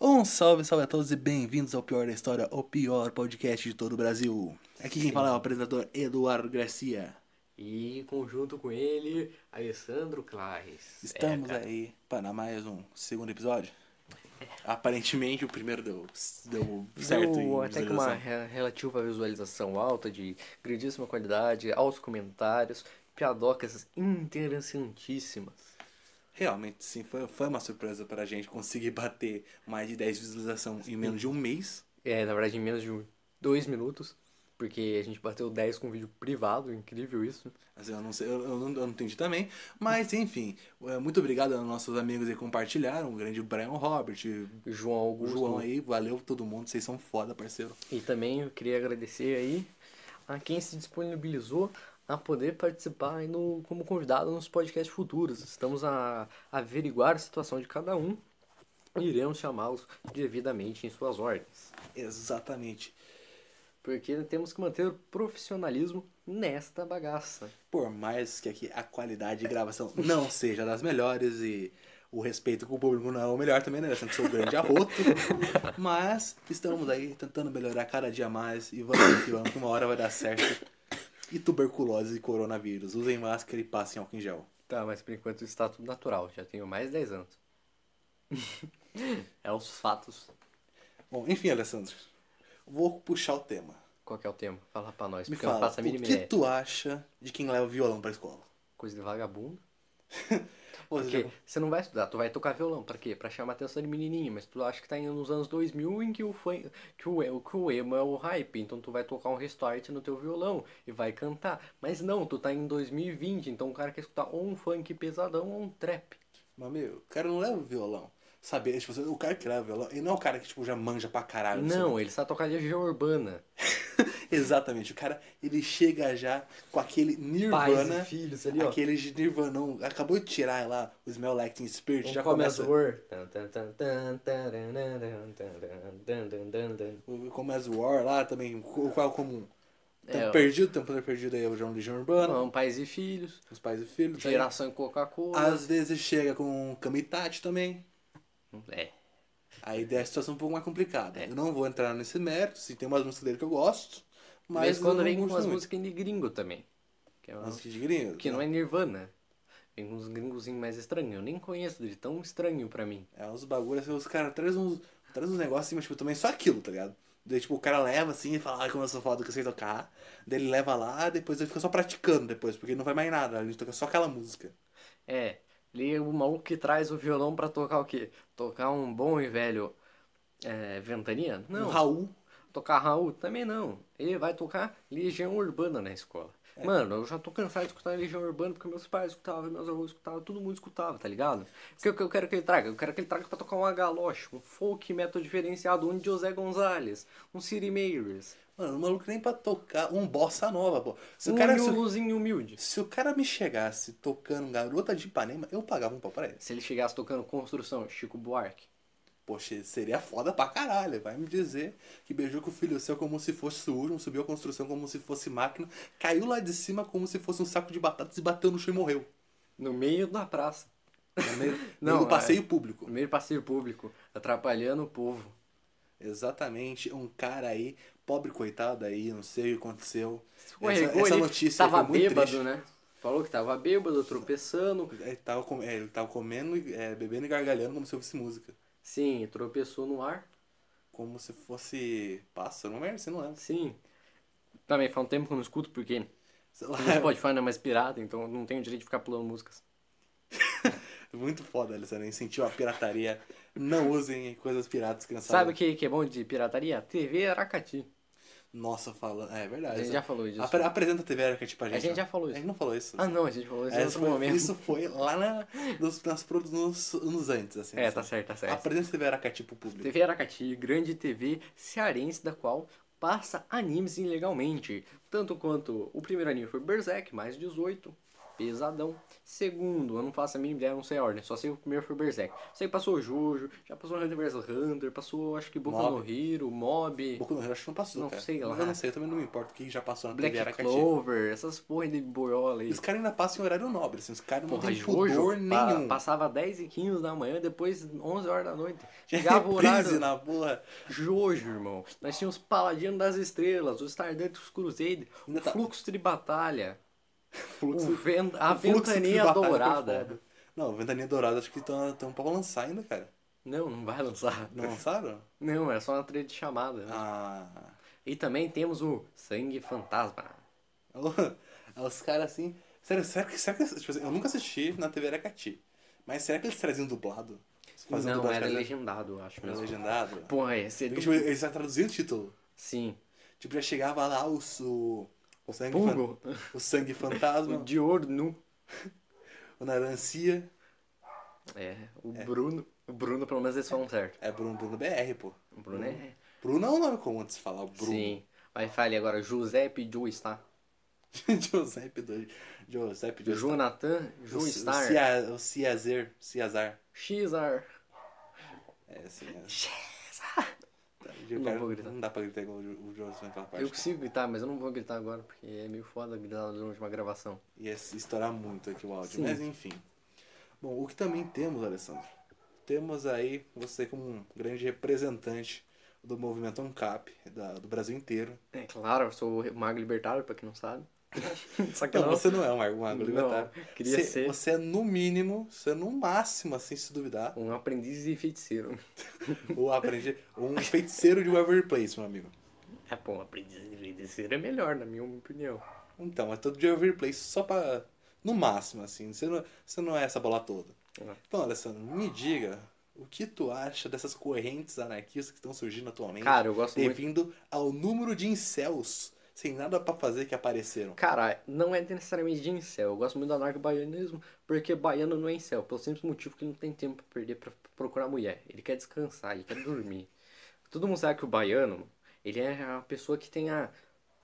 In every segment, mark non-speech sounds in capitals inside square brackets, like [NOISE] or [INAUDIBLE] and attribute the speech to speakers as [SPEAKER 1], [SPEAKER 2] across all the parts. [SPEAKER 1] Um salve, salve a todos e bem-vindos ao Pior da História, o pior podcast de todo o Brasil. Aqui quem fala é o apresentador Eduardo Garcia.
[SPEAKER 2] E conjunto com ele, Alessandro Clares.
[SPEAKER 1] Estamos
[SPEAKER 2] É, cara,
[SPEAKER 1] aí para mais um segundo episódio. Aparentemente o primeiro deu, deu certo
[SPEAKER 2] deu
[SPEAKER 1] em
[SPEAKER 2] até que uma
[SPEAKER 1] visualização.
[SPEAKER 2] re- relativa visualização alta, de grandíssima qualidade, aos comentários, piadocas interessantíssimas.
[SPEAKER 1] Realmente, sim, foi, foi uma surpresa para a gente conseguir bater mais de 10 visualizações em menos de um mês.
[SPEAKER 2] É, na verdade, em menos de um- dois minutos, porque a gente bateu 10 com vídeo privado, incrível isso.
[SPEAKER 1] Assim, eu não sei, eu, eu não, eu não entendi também. Mas, enfim, é, muito obrigado aos nossos amigos que compartilharam. O grande Brian Robert, o
[SPEAKER 2] João Augusto.
[SPEAKER 1] João aí, valeu todo mundo, vocês são foda, parceiro.
[SPEAKER 2] E também eu queria agradecer aí a quem se disponibilizou a poder participar aí no, como convidado nos podcasts futuros. Estamos a averiguar a situação de cada um e iremos chamá-los devidamente em suas ordens.
[SPEAKER 1] Exatamente.
[SPEAKER 2] Porque temos que manter o profissionalismo nesta bagaça.
[SPEAKER 1] Por mais que aqui a qualidade de gravação não seja das melhores e o respeito com o público não é o melhor também, né? Eu sempre sou um grande
[SPEAKER 2] [LAUGHS]
[SPEAKER 1] arroto. Mas estamos aí tentando melhorar cada dia mais e vamos que vamos, que uma hora vai dar certo. E tuberculose e coronavírus. Usem máscara e passem álcool em gel.
[SPEAKER 2] Tá, mas por enquanto está tudo natural. Já tenho mais de 10 anos. [LAUGHS] é os fatos.
[SPEAKER 1] Bom, enfim, Alessandro. Vou puxar o tema.
[SPEAKER 2] Qual que é o tema? Fala pra nós,
[SPEAKER 1] Me
[SPEAKER 2] porque eu
[SPEAKER 1] fala,
[SPEAKER 2] não faço a
[SPEAKER 1] o
[SPEAKER 2] mínima
[SPEAKER 1] que
[SPEAKER 2] ideia.
[SPEAKER 1] tu acha de quem leva o violão pra escola?
[SPEAKER 2] Coisa de [LAUGHS] vagabundo.
[SPEAKER 1] Ou
[SPEAKER 2] Porque
[SPEAKER 1] seja,
[SPEAKER 2] você não vai estudar, tu vai tocar violão, pra quê? Pra chamar a atenção de menininho, mas tu acha que tá indo nos anos 2000 em que o, fã, que o, e- que o emo é o hype, então tu vai tocar um restart no teu violão e vai cantar. Mas não, tu tá em 2020, então o cara quer escutar ou um funk pesadão ou um trap.
[SPEAKER 1] Mas, meu, o cara não leva o violão. Sabe, tipo, o cara que leva o violão, ele não é o cara que, tipo, já manja pra caralho. do
[SPEAKER 2] Não, ele está tocando legião urbana.
[SPEAKER 1] instrumento. [LAUGHS] Exatamente. O cara, ele chega já com aquele
[SPEAKER 2] Pais
[SPEAKER 1] Nirvana.
[SPEAKER 2] e filhos ali, ó.
[SPEAKER 1] aquele de Nirvanão. Acabou de tirar lá o Smell Like Teen Spirit.
[SPEAKER 2] Um
[SPEAKER 1] já
[SPEAKER 2] Commerce
[SPEAKER 1] começa.
[SPEAKER 2] War. Tan, tan, tan, tan, taranã, tan, tan, tan, tan, tan, tan.
[SPEAKER 1] o- Começa o War lá também. o- Qual é o comum?
[SPEAKER 2] É,
[SPEAKER 1] Tempo
[SPEAKER 2] ó.
[SPEAKER 1] perdido, tempo perdido aí é o João Legião Urbana.
[SPEAKER 2] Não, pais e filhos,
[SPEAKER 1] Os pais e filhos. aí.
[SPEAKER 2] geração em Coca-Cola.
[SPEAKER 1] Às vezes chega com Kamitate também.
[SPEAKER 2] É.
[SPEAKER 1] Aí daí a situação é um pouco mais complicada. Eu não vou entrar nesse mérito, se tem umas músicas dele que eu gosto,
[SPEAKER 2] Mas
[SPEAKER 1] mas. eu
[SPEAKER 2] quando
[SPEAKER 1] não
[SPEAKER 2] vem com
[SPEAKER 1] gosto
[SPEAKER 2] as
[SPEAKER 1] muito.
[SPEAKER 2] músicas de gringo também. Que, é uma-
[SPEAKER 1] Música de gringo.
[SPEAKER 2] que não é Nirvana. Vem com uns gringozinhos mais estranhos. Eu nem conheço dele, tão estranho pra mim.
[SPEAKER 1] É uns bagulhos assim, os caras traz uns, traz uns negócios assim, mas tipo, também só aquilo, tá ligado? Daí, tipo, o cara leva assim e fala, ah, como eu sou foda que eu sei tocar. Daí ele leva lá, depois ele fica só praticando depois, porque ele não vai mais nada, ele toca só aquela música.
[SPEAKER 2] É, ele é o maluco que traz o violão pra tocar o quê? Tocar um bom e velho é, Ventania?
[SPEAKER 1] O
[SPEAKER 2] Não.
[SPEAKER 1] Um Raul,
[SPEAKER 2] Tocar Raul? Também não. Ele vai tocar Legião Urbana na escola.
[SPEAKER 1] É.
[SPEAKER 2] Mano, eu já tô cansado de escutar Legião Urbana porque meus pais escutavam, meus avós escutavam, todo mundo escutava, tá ligado? O que eu- que eu quero que ele traga? Eu quero que ele traga pra tocar um galoche, um folk metal diferenciado, um José Gonzalez, um Siri Meyers,
[SPEAKER 1] mano, o maluco nem pra tocar um bossa nova, pô. Se o
[SPEAKER 2] um
[SPEAKER 1] cara. Se, o-
[SPEAKER 2] Luzinho Humilde.
[SPEAKER 1] se o cara me chegasse tocando Garota de Ipanema, eu pagava um pau pra ele.
[SPEAKER 2] Se ele chegasse tocando Construção, Chico Buarque.
[SPEAKER 1] Poxa, seria foda pra caralho. Vai me dizer que beijou com o filho seu como se fosse seu último, subiu a construção como se fosse máquina, caiu lá de cima como se fosse um saco de batatas e bateu no chão e morreu.
[SPEAKER 2] No meio da praça,
[SPEAKER 1] No meio,
[SPEAKER 2] Não,
[SPEAKER 1] no
[SPEAKER 2] é-
[SPEAKER 1] passeio
[SPEAKER 2] no
[SPEAKER 1] público.
[SPEAKER 2] meio do passeio público, atrapalhando o povo.
[SPEAKER 1] Exatamente, um cara aí, pobre coitado aí, não sei o que aconteceu. Essa,
[SPEAKER 2] Escorregou,
[SPEAKER 1] essa
[SPEAKER 2] ele
[SPEAKER 1] notícia
[SPEAKER 2] tava
[SPEAKER 1] foi muito
[SPEAKER 2] bêbado,
[SPEAKER 1] triste.
[SPEAKER 2] né? Falou que tava bêbado, tropeçando,
[SPEAKER 1] Ele tava, com- é, ele tava comendo, e, é, bebendo e gargalhando como se fosse música.
[SPEAKER 2] Sim, tropeçou no ar.
[SPEAKER 1] Como se fosse pássaro, não é? Você não lembra.
[SPEAKER 2] Sim. Também faz um tempo que eu não escuto, [LAUGHS] porque
[SPEAKER 1] Sei lá, [LAUGHS]
[SPEAKER 2] no Spotify não é mais pirata, então eu não tenho direito de ficar pulando músicas.
[SPEAKER 1] muito foda, Alessandro. Incentiva a pirataria. Não usem coisas piratas, criançada.
[SPEAKER 2] Sabe o que, que é bom de pirataria? TV Aracati.
[SPEAKER 1] Nossa, fala. É
[SPEAKER 2] A
[SPEAKER 1] verdade.
[SPEAKER 2] gente já falou disso.
[SPEAKER 1] Apre- Apresenta a TV Arcade pra
[SPEAKER 2] Ah, A
[SPEAKER 1] gente.
[SPEAKER 2] gente
[SPEAKER 1] ó.
[SPEAKER 2] já falou
[SPEAKER 1] A
[SPEAKER 2] isso.
[SPEAKER 1] gente não falou isso.
[SPEAKER 2] Ah, não, a gente falou isso em
[SPEAKER 1] É,
[SPEAKER 2] outro
[SPEAKER 1] isso, foi,
[SPEAKER 2] momento.
[SPEAKER 1] isso foi lá na, nos, nas, produ- nos, nos antes, assim.
[SPEAKER 2] É,
[SPEAKER 1] assim.
[SPEAKER 2] tá certo, tá certo.
[SPEAKER 1] Apresenta a TV Aracati pro público.
[SPEAKER 2] TV Aracati, grande TV cearense, da qual passa animes ilegalmente. Tanto quanto o primeiro anime foi Berserk, mais 18. pesadão. Segundo, eu não faço a mínima ideia, não sei a ordem. Só sei que o primeiro foi Berserk. Sei que passou Jojo, já passou Hunter vs Hunter, passou acho que Boku
[SPEAKER 1] Mob.
[SPEAKER 2] no Hero, Mob,
[SPEAKER 1] Boku no Hero acho que não passou,
[SPEAKER 2] Não
[SPEAKER 1] cara.
[SPEAKER 2] sei lá.
[SPEAKER 1] Eu não sei, eu também não me importo que já passou na TV
[SPEAKER 2] Black
[SPEAKER 1] Aracati.
[SPEAKER 2] Clover, essas porra de boiola aí.
[SPEAKER 1] Os caras ainda passam em horário nobre, assim, os caras não
[SPEAKER 2] Porra,
[SPEAKER 1] têm pudor
[SPEAKER 2] Jojo pa-
[SPEAKER 1] nenhum.
[SPEAKER 2] passava 10 e 15 da manhã, depois 11 horas
[SPEAKER 1] [LAUGHS]
[SPEAKER 2] da noite.
[SPEAKER 1] Tinha
[SPEAKER 2] Chegava o
[SPEAKER 1] reprise
[SPEAKER 2] horário.
[SPEAKER 1] na porra.
[SPEAKER 2] Jojo, irmão. Nós tínhamos Paladino das Estrelas, os Stardantes Crusade,
[SPEAKER 1] Ainda tá-
[SPEAKER 2] Fluxo de Batalha, o
[SPEAKER 1] Fluxo,
[SPEAKER 2] ven... a
[SPEAKER 1] o fluxo de
[SPEAKER 2] um Ventania
[SPEAKER 1] batalha foi
[SPEAKER 2] Dourada.
[SPEAKER 1] foda. Não, Ventania Dourada acho que estão pra lançar ainda, cara.
[SPEAKER 2] Não, não vai lançar.
[SPEAKER 1] Não lançaram?
[SPEAKER 2] Não, é só uma trilha de chamada. né?
[SPEAKER 1] Ah.
[SPEAKER 2] E também temos o Sangue Fantasma.
[SPEAKER 1] Os caras assim. Sério, será que. Será que tipo assim, eu nunca assisti na TV Aracati. Mas será que eles traziam dublado? Eles faziam
[SPEAKER 2] não,
[SPEAKER 1] dublagem,
[SPEAKER 2] era
[SPEAKER 1] cara,
[SPEAKER 2] legendado, eu acho
[SPEAKER 1] era
[SPEAKER 2] mesmo.
[SPEAKER 1] legendado?
[SPEAKER 2] Porra, esse é
[SPEAKER 1] Porque,
[SPEAKER 2] do...
[SPEAKER 1] tipo, eles já traduziam o título.
[SPEAKER 2] Sim.
[SPEAKER 1] Tipo, já chegava lá o. su- O sangue, fan-
[SPEAKER 2] Pungo,
[SPEAKER 1] o sangue fantasma,
[SPEAKER 2] de ouro nu.
[SPEAKER 1] o Narancia.
[SPEAKER 2] É, o Bruno. O Bruno, pelo menos, eles falam certo.
[SPEAKER 1] É Bruno Bruno BR, pô.
[SPEAKER 2] O Bruno é.
[SPEAKER 1] Bruno é um nome comum de se falar, o Bruno.
[SPEAKER 2] Sim. Mas fale agora, Giuseppe tá? Joestar.
[SPEAKER 1] [LAUGHS] Giuseppe do. Giuseppe do.
[SPEAKER 2] Jonathan
[SPEAKER 1] O Ci- O,
[SPEAKER 2] Joestar.
[SPEAKER 1] Cia, o Ciazer. Ciazar.
[SPEAKER 2] Xar.
[SPEAKER 1] É, assim. É. Tá,
[SPEAKER 2] Não
[SPEAKER 1] eu quero-
[SPEAKER 2] vou gritar.
[SPEAKER 1] não dá pra gritar igual o Ju- o Josué naquela parte.
[SPEAKER 2] Eu consigo gritar, mas eu não vou gritar agora, porque é meio foda gritar durante uma gravação.
[SPEAKER 1] Ia se estourar muito aqui o áudio.
[SPEAKER 2] Sim.
[SPEAKER 1] Mas enfim. Bom, o que também temos, Alessandro? Temos aí você como um grande representante do movimento ANCAP, da, do Brasil inteiro.
[SPEAKER 2] É claro, eu sou o mago libertário, pra quem não sabe. [LAUGHS] Só que
[SPEAKER 1] Não,
[SPEAKER 2] não.
[SPEAKER 1] você não é um argumento libertário.
[SPEAKER 2] Não, queria
[SPEAKER 1] você,
[SPEAKER 2] ser
[SPEAKER 1] você é no mínimo, você é no máximo, assim, se duvidar,
[SPEAKER 2] um aprendiz de feiticeiro.
[SPEAKER 1] ou aprendi um [LAUGHS] feiticeiro de Waverly Place, meu amigo.
[SPEAKER 2] É, pô, um aprendiz de feiticeiro é melhor, na minha opinião.
[SPEAKER 1] Então, mas todo dia eu viro play só pra. No máximo, assim. Você não, você não é essa bola toda.
[SPEAKER 2] É.
[SPEAKER 1] Então, Alessandro, me diga o que tu acha dessas correntes anarquistas que estão surgindo atualmente,
[SPEAKER 2] Cara, eu gosto muito.
[SPEAKER 1] devido ao número de incels sem nada pra fazer que apareceram.
[SPEAKER 2] Cara, não é necessariamente de incel. Eu gosto muito do anarco-baianismo, porque baiano não é incel. Pelo simples motivo que ele não tem tempo pra perder pra procurar mulher. Ele quer descansar, ele quer dormir. Todo mundo sabe que o baiano, ele é a pessoa que tem a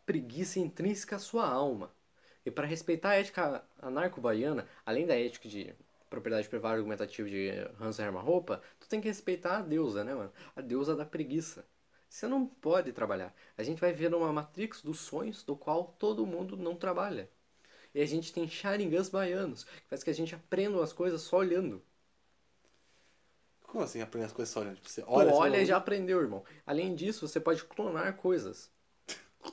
[SPEAKER 2] preguiça intrínseca à sua alma. E para respeitar a ética anarco-baiana, além da ética de propriedade privada argumentativa de Hans Hermann Roupa, tu tem que respeitar a deusa, né, mano? A deusa da preguiça. Você não pode trabalhar. A gente vai viver numa matrix dos sonhos do qual todo mundo não trabalha. E a gente tem charingans baianos, que faz que a gente aprenda as coisas só olhando.
[SPEAKER 1] Como assim aprender as coisas só olhando? Tipo, você
[SPEAKER 2] Tu olha, é
[SPEAKER 1] olha, você
[SPEAKER 2] e já
[SPEAKER 1] fala,
[SPEAKER 2] aprendeu, irmão. Além disso, você pode clonar coisas.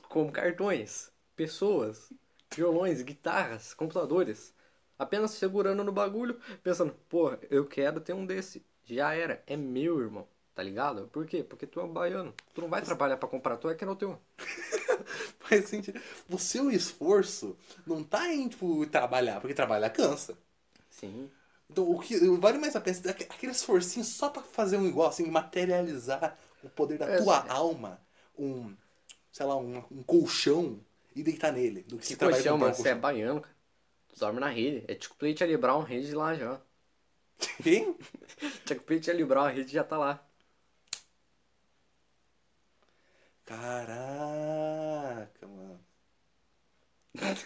[SPEAKER 2] Como cartões, pessoas, violões, guitarras, computadores. Apenas segurando no bagulho, pensando, porra, eu quero ter um desse. Já era, é meu, irmão. Tá ligado? Por quê? Porque tu é um baiano. Tu não vai trabalhar pra comprar, tu é que não teu.
[SPEAKER 1] Faz sentido. O seu esforço não tá em, tipo, trabalhar, porque trabalhar cansa.
[SPEAKER 2] Sim.
[SPEAKER 1] Então, o que vale mais a pena, aque- aquele esforcinho só pra fazer um igual, assim, materializar o poder da
[SPEAKER 2] É,
[SPEAKER 1] tua
[SPEAKER 2] é.
[SPEAKER 1] alma, um, sei lá, um, um colchão e deitar nele, do que,
[SPEAKER 2] Que
[SPEAKER 1] você trabalhar
[SPEAKER 2] colchão,
[SPEAKER 1] com um
[SPEAKER 2] mano. Você é baiano, cara. Tu dorme na rede. É Tico Plate ali, Brown, rede lá já.
[SPEAKER 1] Quem?
[SPEAKER 2] Tico Plate ali, Brown, a rede já tá lá.
[SPEAKER 1] Caraca, mano.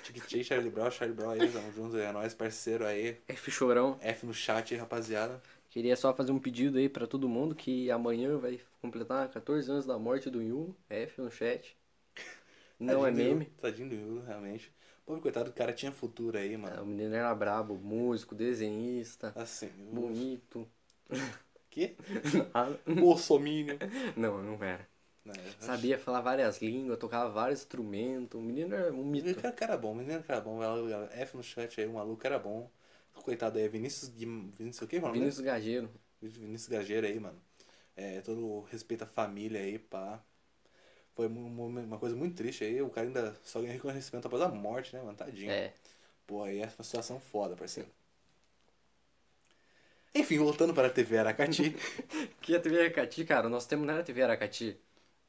[SPEAKER 1] Tiquitei, Charlie Brown, Charlie Brown aí, tamo junto, é nóis, parceiro aí.
[SPEAKER 2] F chorão.
[SPEAKER 1] F no chat aí, rapaziada.
[SPEAKER 2] É Queria só fazer um pedido aí pra todo mundo que amanhã vai completar 14 anos da morte do Yu. F
[SPEAKER 1] [LAUGHS]
[SPEAKER 2] no chat. Não é
[SPEAKER 1] Tadinho do Will,
[SPEAKER 2] meme.
[SPEAKER 1] Tadinho do Will, tá realmente. Pobre coitado, o cara tinha futuro aí,
[SPEAKER 2] Ah,
[SPEAKER 1] mano.
[SPEAKER 2] O menino era brabo, músico, desenhista,
[SPEAKER 1] Assim, o [LAUGHS]
[SPEAKER 2] bonito.
[SPEAKER 1] quê?
[SPEAKER 2] Ah, [LAUGHS]
[SPEAKER 1] Bolsomínio.
[SPEAKER 2] Não, não era.
[SPEAKER 1] Né,
[SPEAKER 2] Sabia falar várias línguas, tocava vários instrumentos. O menino era um
[SPEAKER 1] Menino
[SPEAKER 2] mito.
[SPEAKER 1] cara, cara é bom, menino um cara bom. Ela- ela- F no chat aí, o maluco era bom. Coitado aí, Vinícius Guim... Vinícius o quê, mano? Vinícius,
[SPEAKER 2] Vinícius Gageiro.
[SPEAKER 1] Vinícius Gageiro aí, mano. É, todo o respeito à família aí, pá. Foi mu- mu- uma coisa muito triste aí. O cara ainda só ganhou reconhecimento após a morte, né, mano? Tadinho.
[SPEAKER 2] É.
[SPEAKER 1] Pô, aí é uma situação foda, parceiro. Enfim, voltando para a TV
[SPEAKER 2] [LAUGHS]
[SPEAKER 1] Aracati.
[SPEAKER 2] Que a TV Aracati, cara, o nosso tema não era TV Aracati.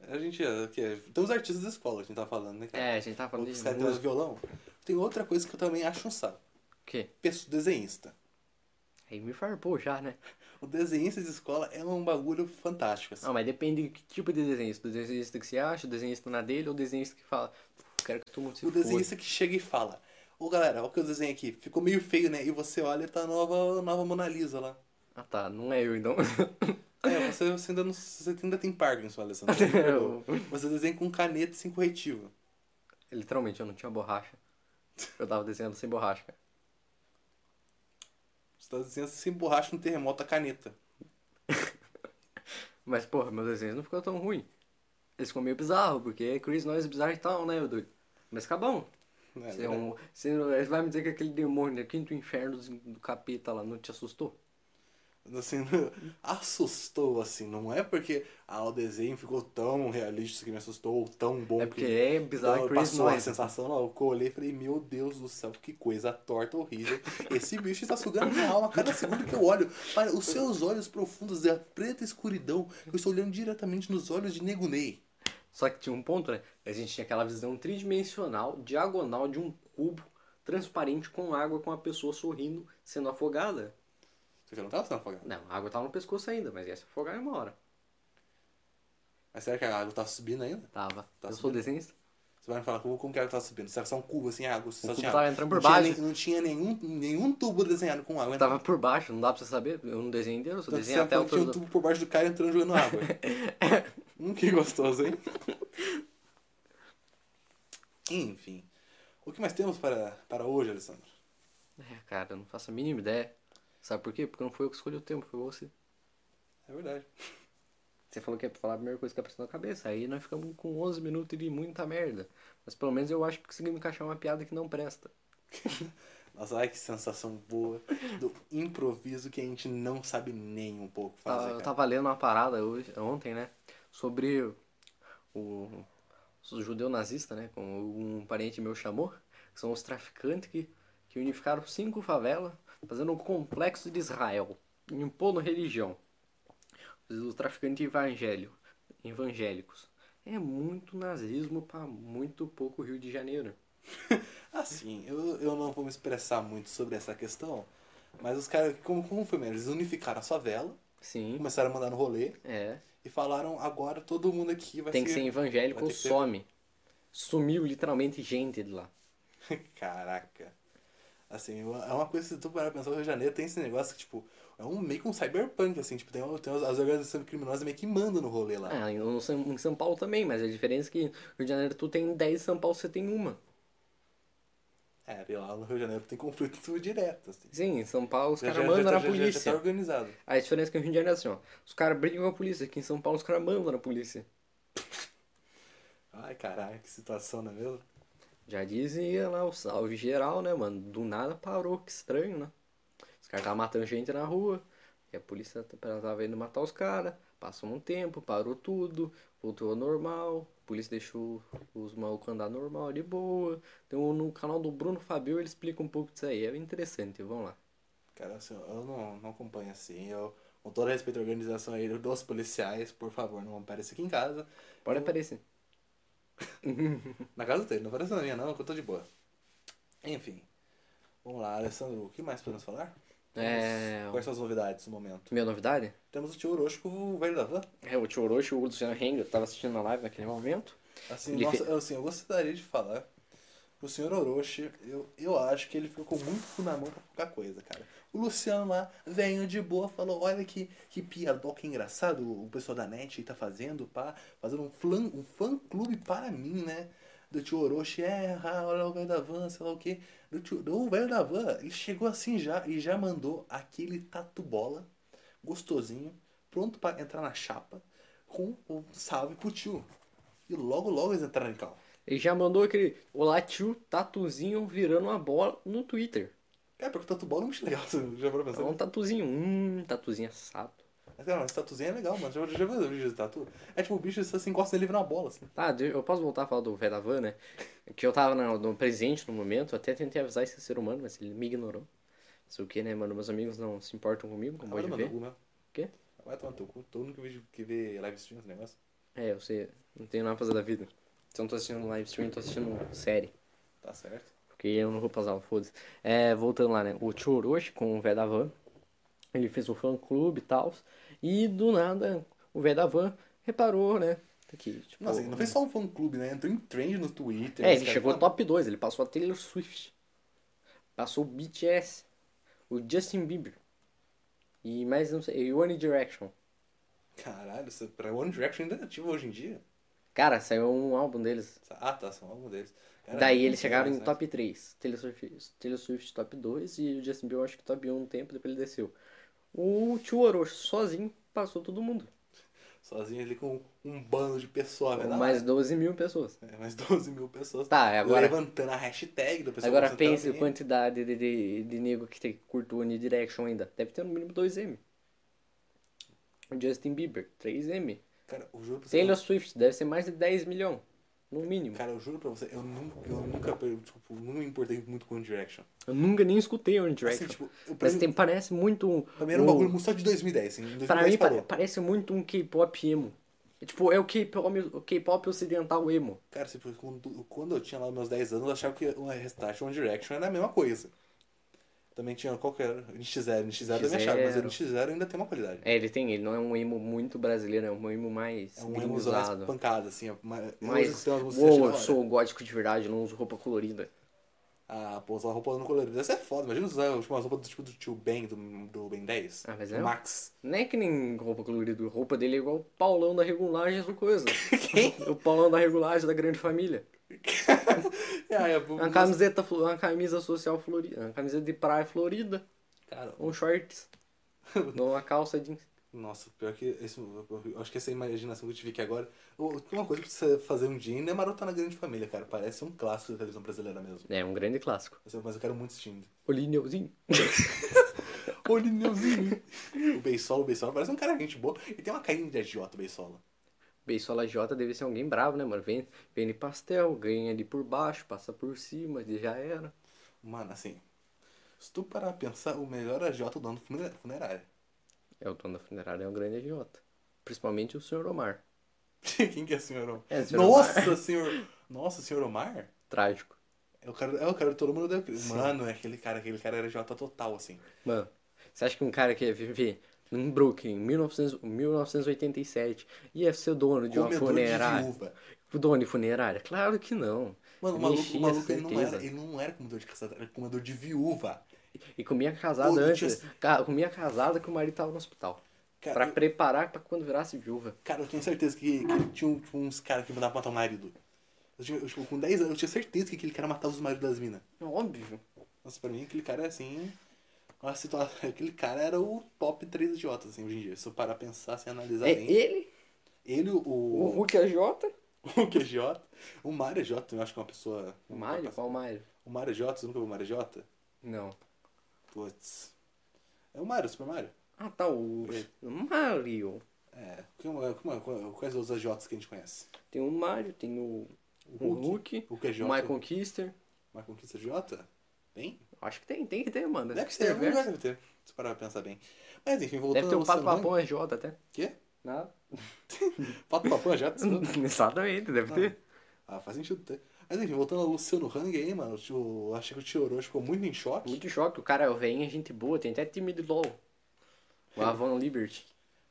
[SPEAKER 1] a gente, o quê? Tem os artistas da escola, que a gente tá falando, né, cara?
[SPEAKER 2] É, a gente tava falando de
[SPEAKER 1] Os caras têm os
[SPEAKER 2] música.
[SPEAKER 1] violão. Tem outra coisa que eu também acho um saco.
[SPEAKER 2] O quê?
[SPEAKER 1] Pessoa desenhista.
[SPEAKER 2] Aí me farpou já, né?
[SPEAKER 1] O desenhista de escola é um bagulho fantástico, assim.
[SPEAKER 2] Não, mas depende de que tipo de desenhista. Do desenhista que você acha, o desenhista na dele ou o desenhista que fala. "Pô, Quero que todo mundo se
[SPEAKER 1] o
[SPEAKER 2] foda."
[SPEAKER 1] desenhista que chega e fala: Ô galera, olha o que eu desenho aqui. Ficou meio feio, né? E você olha e tá a nova, nova Mona Lisa lá.
[SPEAKER 2] Ah tá, não é eu então. [LAUGHS]
[SPEAKER 1] É, você, você ainda, não, você ainda tem Parkinson, Alessandro. Você, me
[SPEAKER 2] [LAUGHS]
[SPEAKER 1] perdoa. Você desenha com caneta e sem corretivo.
[SPEAKER 2] Literalmente, eu não tinha borracha. Eu tava desenhando sem borracha. cara.
[SPEAKER 1] Você tá desenhando sem borracha no terremoto a caneta.
[SPEAKER 2] Mas porra, meus desenhos não ficou tão ruim. Eles ficam meio bizarro, porque é Chris Noise bizarro e tal, né, meu doido? Mas fica bom.
[SPEAKER 1] Não é
[SPEAKER 2] Você é
[SPEAKER 1] verdade?
[SPEAKER 2] um- você não- você vai me dizer que aquele demônio do quinto inferno do capeta lá não te assustou?
[SPEAKER 1] Assim, [LAUGHS] assustou, assim, não é porque ah, o desenho ficou tão realista que me assustou, ou tão bom
[SPEAKER 2] É porque é
[SPEAKER 1] que
[SPEAKER 2] bizarro
[SPEAKER 1] Não,
[SPEAKER 2] Chris
[SPEAKER 1] passou a
[SPEAKER 2] Noise.
[SPEAKER 1] sensação, não, eu olhei e falei, meu Deus do céu, que coisa torta, horrível. Esse bicho está sugando minha alma a cada segundo que eu olho. Olha, os seus olhos profundos da preta escuridão, eu estou olhando diretamente nos olhos de Nego Ney.
[SPEAKER 2] Só que tinha um ponto, né? A gente tinha aquela visão tridimensional, diagonal de um cubo transparente com água com a pessoa sorrindo, sendo afogada.
[SPEAKER 1] Você já não tá estava sendo afogado?
[SPEAKER 2] Não, a água tava no pescoço ainda, mas ia se afogar em uma hora.
[SPEAKER 1] Mas será que a água tá subindo ainda?
[SPEAKER 2] Tava.
[SPEAKER 1] Tá
[SPEAKER 2] eu sou desenhista?
[SPEAKER 1] Você vai me falar como, como que ela tá subindo? Será que só um cubo assim, a água? Só
[SPEAKER 2] cubo
[SPEAKER 1] tinha,
[SPEAKER 2] tava entrando por
[SPEAKER 1] não tinha
[SPEAKER 2] baixo.
[SPEAKER 1] nem- não tinha nenhum, nenhum tubo desenhado com água. então,
[SPEAKER 2] Tava por baixo, não dá pra você saber. Eu não desenhei inteiro, eu só
[SPEAKER 1] Tanto
[SPEAKER 2] desenhei
[SPEAKER 1] que
[SPEAKER 2] até a
[SPEAKER 1] você
[SPEAKER 2] altura
[SPEAKER 1] tinha um
[SPEAKER 2] do...
[SPEAKER 1] tubo por baixo do cara entrando jogando
[SPEAKER 2] [LAUGHS]
[SPEAKER 1] água. hum, que gostoso, hein? Enfim. O que mais temos para, para hoje, Alessandro?
[SPEAKER 2] É, cara, eu não faço a mínima ideia. Sabe por quê? Porque não foi eu que escolhi o tempo, foi você.
[SPEAKER 1] É verdade.
[SPEAKER 2] Você falou que ia falar a primeira coisa que apareceu na cabeça. Aí nós ficamos com 11 minutos de muita merda. Mas pelo menos eu acho que consegui encaixar uma piada que não presta.
[SPEAKER 1] Nossa, ai que sensação boa do improviso que a gente não sabe nem um pouco
[SPEAKER 2] Tava-
[SPEAKER 1] fazer.
[SPEAKER 2] Ah, eu
[SPEAKER 1] cara.
[SPEAKER 2] tava lendo Tá, uma parada hoje, ontem, né? Sobre o, o judeu nazista, né? Como um parente meu chamou. Que são os traficantes que, que unificaram cinco favelas, fazendo um complexo de Israel, impondo religião. Os traficantes evangélico, evangélicos. É muito nazismo pra muito pouco Rio de Janeiro.
[SPEAKER 1] Assim, eu, eu não vou me expressar muito sobre essa questão, mas os caras, como, como foi mesmo? Eles unificaram a sua vela,
[SPEAKER 2] Uhum. Sim,
[SPEAKER 1] começaram a mandar no rolê
[SPEAKER 2] é.
[SPEAKER 1] e falaram agora todo mundo aqui vai
[SPEAKER 2] Tem que ser evangélico
[SPEAKER 1] vai
[SPEAKER 2] ou
[SPEAKER 1] ter que ser-
[SPEAKER 2] some. Sumiu literalmente gente de lá.
[SPEAKER 1] Caraca. Assim, é uma coisa que se tu parar pra pensar, o Rio de Janeiro tem esse negócio que, tipo, é um meio que um cyberpunk, assim, tipo, tem, tem as, as organizações criminosas meio que mandam no rolê lá.
[SPEAKER 2] Ah, em São, em São Paulo também, mas a diferença é que no Rio de Janeiro tu tem 10, em São Paulo você tem uma.
[SPEAKER 1] É, e lá no Rio de Janeiro tem conflito [LAUGHS] direto, assim.
[SPEAKER 2] Sim, em São Paulo os
[SPEAKER 1] Já-
[SPEAKER 2] caras
[SPEAKER 1] já-
[SPEAKER 2] mandam
[SPEAKER 1] já- já-
[SPEAKER 2] na
[SPEAKER 1] já- já tá
[SPEAKER 2] polícia.
[SPEAKER 1] organizado.
[SPEAKER 2] A diferença é que no Rio de Janeiro é assim, ó. Os caras brigam com a polícia, aqui em São Paulo os caras mandam na polícia.
[SPEAKER 1] Ai, caralho, que situação, não é mesmo?
[SPEAKER 2] Já dizia lá o salve geral, né, mano? Do nada parou, que estranho, né? Os caras estavam matando gente na rua, e a polícia t- tava indo matar os caras. Passou um tempo, parou tudo, voltou ao normal. A polícia deixou os malucos andar normal, de boa. Então no canal do Bruno Fabio ele explica um pouco disso aí, é interessante, vamos lá.
[SPEAKER 1] Cara, assim, eu não, não acompanho assim. Eu, com todo respeito à organização aí dos policiais, por favor, não apareça aqui em casa.
[SPEAKER 2] Pode aparecer.
[SPEAKER 1] Na casa dele, não apareça na minha, não, que eu tô de boa. Enfim. Vamos lá, Alessandro, o que mais podemos falar?
[SPEAKER 2] É.
[SPEAKER 1] Quais são as novidades no momento?
[SPEAKER 2] Minha novidade?
[SPEAKER 1] Temos o tio Orochi com o velho da van.
[SPEAKER 2] É, o Tio Orochi, o Luciano Henga, tava assistindo a live naquele momento.
[SPEAKER 1] Assim,
[SPEAKER 2] Ele
[SPEAKER 1] nossa,
[SPEAKER 2] fe-
[SPEAKER 1] eu- assim, eu gostaria de falar que o senhor Orochi, eu, eu acho que ele ficou com muito cu na mão pra qualquer coisa, cara. O Luciano lá, venho de boa, falou, olha que, que piadoca engraçado o pessoal da NET tá fazendo, pá, fazendo um, flan, um fã-clube para mim, né? Do tio Orochi, é, ah, olha o velho da van, sei lá o quê. Do tio, do velho da van, ele chegou assim já e já mandou aquele tatu bola, gostosinho, pronto pra entrar na chapa, com um salve pro tio. E logo, logo eles entraram em cal.
[SPEAKER 2] Ele já mandou aquele Olá tio, tatuzinho virando uma bola no Twitter.
[SPEAKER 1] É, porque o tatu bola é muito legal, [LAUGHS] você já parou pra
[SPEAKER 2] É
[SPEAKER 1] pensar.
[SPEAKER 2] um tatuzinho, hum, tatuzinho assado.
[SPEAKER 1] Mas, cara, esse tatuzinho é legal, mano. Já, já viu o vídeo de tatu? É tipo, o bicho você assim, encosta nele e vira uma bola, assim.
[SPEAKER 2] Tá, de- eu posso voltar a falar do velho da van, né? Que eu tava no, no presente no momento, até tentei avisar esse ser humano, mas ele me ignorou. Não sei o que, né, mano? Meus amigos não se importam comigo, como
[SPEAKER 1] Vai
[SPEAKER 2] pode
[SPEAKER 1] tomar no
[SPEAKER 2] ver.
[SPEAKER 1] cu mesmo.
[SPEAKER 2] Quê?
[SPEAKER 1] Vai tomar no teu cu. Todo mundo que vê, que vê live stream, esse negócio.
[SPEAKER 2] É, eu sei, não tenho nada pra fazer da vida. Se eu não tô assistindo live stream, eu tô assistindo série.
[SPEAKER 1] Tá certo.
[SPEAKER 2] Porque eu não vou passar, foda-se. É, voltando lá, né? O Tio Orochi com o Vé da Van. Ele fez um fã clube e tal. E do nada, o Vé da Van reparou, né? Que, tipo,
[SPEAKER 1] Nossa, ele não fez só um fã clube, né? Entrou em né? trend no Twitter.
[SPEAKER 2] É,
[SPEAKER 1] os
[SPEAKER 2] ele
[SPEAKER 1] caras
[SPEAKER 2] chegou
[SPEAKER 1] falaram,
[SPEAKER 2] top 2, ele passou a Taylor Swift. Passou o BTS, o Justin Bieber. E mais não sei, e One Direction.
[SPEAKER 1] Caralho, isso- pra One Direction ainda é ativo hoje em dia?
[SPEAKER 2] Cara, saiu um álbum deles.
[SPEAKER 1] Ah, tá, são alguns deles. Caralho,
[SPEAKER 2] Daí
[SPEAKER 1] não
[SPEAKER 2] eles
[SPEAKER 1] sei
[SPEAKER 2] chegaram
[SPEAKER 1] mais,
[SPEAKER 2] em
[SPEAKER 1] né?
[SPEAKER 2] top 3. Taylor Swift, Taylor Swift top 2 e o Justin Bieber acho que top 1 um tempo, depois ele desceu. O tio Orochi sozinho passou todo mundo.
[SPEAKER 1] Sozinho ali com um bando de pessoas, né?
[SPEAKER 2] mais 12 mil pessoas.
[SPEAKER 1] É, mais [LAUGHS] 12 mil pessoas.
[SPEAKER 2] Tá, é agora-
[SPEAKER 1] Levantando a hashtag do pessoal.
[SPEAKER 2] Agora
[SPEAKER 1] concentrando
[SPEAKER 2] pense a
[SPEAKER 1] ali.
[SPEAKER 2] quantidade de, de, de nego que tem, curte o One Direction ainda. Deve ter no mínimo 2M. O Justin Bieber, 3M.
[SPEAKER 1] Cara, eu juro pra você.
[SPEAKER 2] Taylor Swift, deve ser mais de 10 milhões. No mínimo.
[SPEAKER 1] Cara, eu juro pra você, eu nunca, eu nunca per- tipo, não me importei muito com One Direction.
[SPEAKER 2] Eu nunca nem escutei One Direction.
[SPEAKER 1] Assim, tipo, eu, pra,
[SPEAKER 2] Mas
[SPEAKER 1] mim,
[SPEAKER 2] tem, parece muito um.
[SPEAKER 1] pra mim era um bagulho só de 2010. Assim, em 2010
[SPEAKER 2] Pra mim pa-
[SPEAKER 1] parou.
[SPEAKER 2] parece muito um K-pop emo. É, tipo, é o K-pop o K-pop ocidental emo.
[SPEAKER 1] Cara, tipo, quando, quando eu tinha lá meus 10 anos, eu achava que o Restart e One Direction era a mesma coisa. Também tinha qualquer. NX0, NX0 eu também achava, mas o NX0 ainda tem uma qualidade.
[SPEAKER 2] É, ele tem, ele não é um emo muito brasileiro, é um emo mais
[SPEAKER 1] É um emozão mais pancada, assim. é uma- eu uso
[SPEAKER 2] Mas,
[SPEAKER 1] que tem umas músicas
[SPEAKER 2] uou,
[SPEAKER 1] da
[SPEAKER 2] eu
[SPEAKER 1] hora.
[SPEAKER 2] sou gótico de verdade, não uso roupa colorida.
[SPEAKER 1] Ah, pô, usar roupa no colorido. Essa é foda. Imagina usar tipo, umas roupas do tipo do tio Ben, do, do Ben 10.
[SPEAKER 2] Ah, mas
[SPEAKER 1] do
[SPEAKER 2] é?
[SPEAKER 1] Max. [LAUGHS]
[SPEAKER 2] Não é que nem roupa colorida, roupa dele é igual o Paulão da regulagem, essa [LAUGHS] coisa. Quem? O Paulão da regulagem da grande família.
[SPEAKER 1] Ah, é, vou-
[SPEAKER 2] Uma camiseta, flo- uma camisa social florida, uma camiseta de praia florida,
[SPEAKER 1] Cara,
[SPEAKER 2] um [LAUGHS] shorts, uma calça jeans.
[SPEAKER 1] nossa, pior que. Esse, eu acho que essa imaginação que eu tive aqui agora. Ô, Tem uma coisa pra você fazer um dia ainda é marotar na grande família, cara. Parece um clássico da televisão brasileira mesmo.
[SPEAKER 2] É, um grande clássico.
[SPEAKER 1] Mas eu- Mas eu quero muito assistir.
[SPEAKER 2] O Lineuzinho.
[SPEAKER 1] Olha Neuzinho. [LAUGHS] o Beisola, o Beisola parece um cara gente boa. E tem uma carinha de agiota, o Beisola.
[SPEAKER 2] Beisola J deve ser alguém bravo, né, mano? Vende, vende pastel, ganha ali por baixo, passa por cima, e já era.
[SPEAKER 1] Mano, assim. Se tu parar pra pensar, o melhor agiota é o dono do funera- funerário. [LAUGHS]
[SPEAKER 2] É o dono da funerária, é um grande agiota. Principalmente o senhor Omar.
[SPEAKER 1] Quem que é o senhor Omar?
[SPEAKER 2] É, senhor
[SPEAKER 1] Nossa, senhor. Nossa, senhor Omar?
[SPEAKER 2] Trágico.
[SPEAKER 1] É o cara, é o cara que todo mundo deu crédito. Mano, é aquele cara, aquele cara era Jota total, assim.
[SPEAKER 2] Mano, você acha que um cara que ia viver em Brooklyn, em 1900, 1987, ia ser dono de uma
[SPEAKER 1] Comedor de
[SPEAKER 2] funerária?
[SPEAKER 1] viúva.
[SPEAKER 2] O dono de funerária? Claro que não.
[SPEAKER 1] Mano, o
[SPEAKER 2] Eu
[SPEAKER 1] maluco,
[SPEAKER 2] enchia
[SPEAKER 1] o maluco
[SPEAKER 2] essa
[SPEAKER 1] ele, não
[SPEAKER 2] certeza.
[SPEAKER 1] era, ele não era comedor de casada, era comedor de viúva.
[SPEAKER 2] E comia casada
[SPEAKER 1] Pô, eu tinha-
[SPEAKER 2] antes. ca- Comia casada que o marido tava no hospital.
[SPEAKER 1] Cara,
[SPEAKER 2] pra
[SPEAKER 1] É, eu-
[SPEAKER 2] preparar pra quando virasse viúva.
[SPEAKER 1] Cara, eu tenho certeza que, que tinha um- tinha uns caras que mandavam matar o marido. Eu, tinha, eu, tipo, com 10 anos, eu tinha certeza que aquele cara matava os maridos das minas.
[SPEAKER 2] É Óbvio.
[SPEAKER 1] Nossa, pra mim, aquele cara é assim. Uma situação, [LAUGHS] aquele cara era o top 3 idiotas, assim, hoje em dia. Se eu parar pra pensar, se analisar
[SPEAKER 2] É
[SPEAKER 1] bem.
[SPEAKER 2] ele,
[SPEAKER 1] Ele,
[SPEAKER 2] o
[SPEAKER 1] o. [LAUGHS]
[SPEAKER 2] Hulk é AJ.
[SPEAKER 1] O que é Jota? O Mário é Jota, eu acho que é uma pessoa.
[SPEAKER 2] O Mário? Qual Mário?
[SPEAKER 1] O Mário é Jota, você nunca viu o Mário é Jota?
[SPEAKER 2] Não.
[SPEAKER 1] Putz. É o Mario, Super Mario?
[SPEAKER 2] Ah, tá, o o Mario.
[SPEAKER 1] É. Como, é- como, é- qual- quais os AJs que a gente conhece?
[SPEAKER 2] Tem o Mario, tem o, o Hulk,
[SPEAKER 1] O que é
[SPEAKER 2] o
[SPEAKER 1] Jota?
[SPEAKER 2] Michael Kister.
[SPEAKER 1] Michael Kister Jota? Tem?
[SPEAKER 2] Acho que tem, tem que ter, mano.
[SPEAKER 1] Deve
[SPEAKER 2] Tem
[SPEAKER 1] ter, algum lugar
[SPEAKER 2] É verso.
[SPEAKER 1] deve ter. Se parar pra pensar bem. Mas enfim, voltando
[SPEAKER 2] Deve ter
[SPEAKER 1] ao
[SPEAKER 2] o Pato
[SPEAKER 1] Luciano Huck.
[SPEAKER 2] Papão AJ até.
[SPEAKER 1] Quê?
[SPEAKER 2] Nada.
[SPEAKER 1] Pato Papão é
[SPEAKER 2] [LAUGHS]
[SPEAKER 1] Jota?
[SPEAKER 2] Exatamente, deve ter.
[SPEAKER 1] ah, faz sentido ter. Mas enfim, voltando ao Luciano Hang aí, mano. Eu, eu achei que o Tio Orochi ficou muito em choque.
[SPEAKER 2] Ah, Muito choque, o cara vem, é gente boa, tem até time de LOL. O Avan Liberty.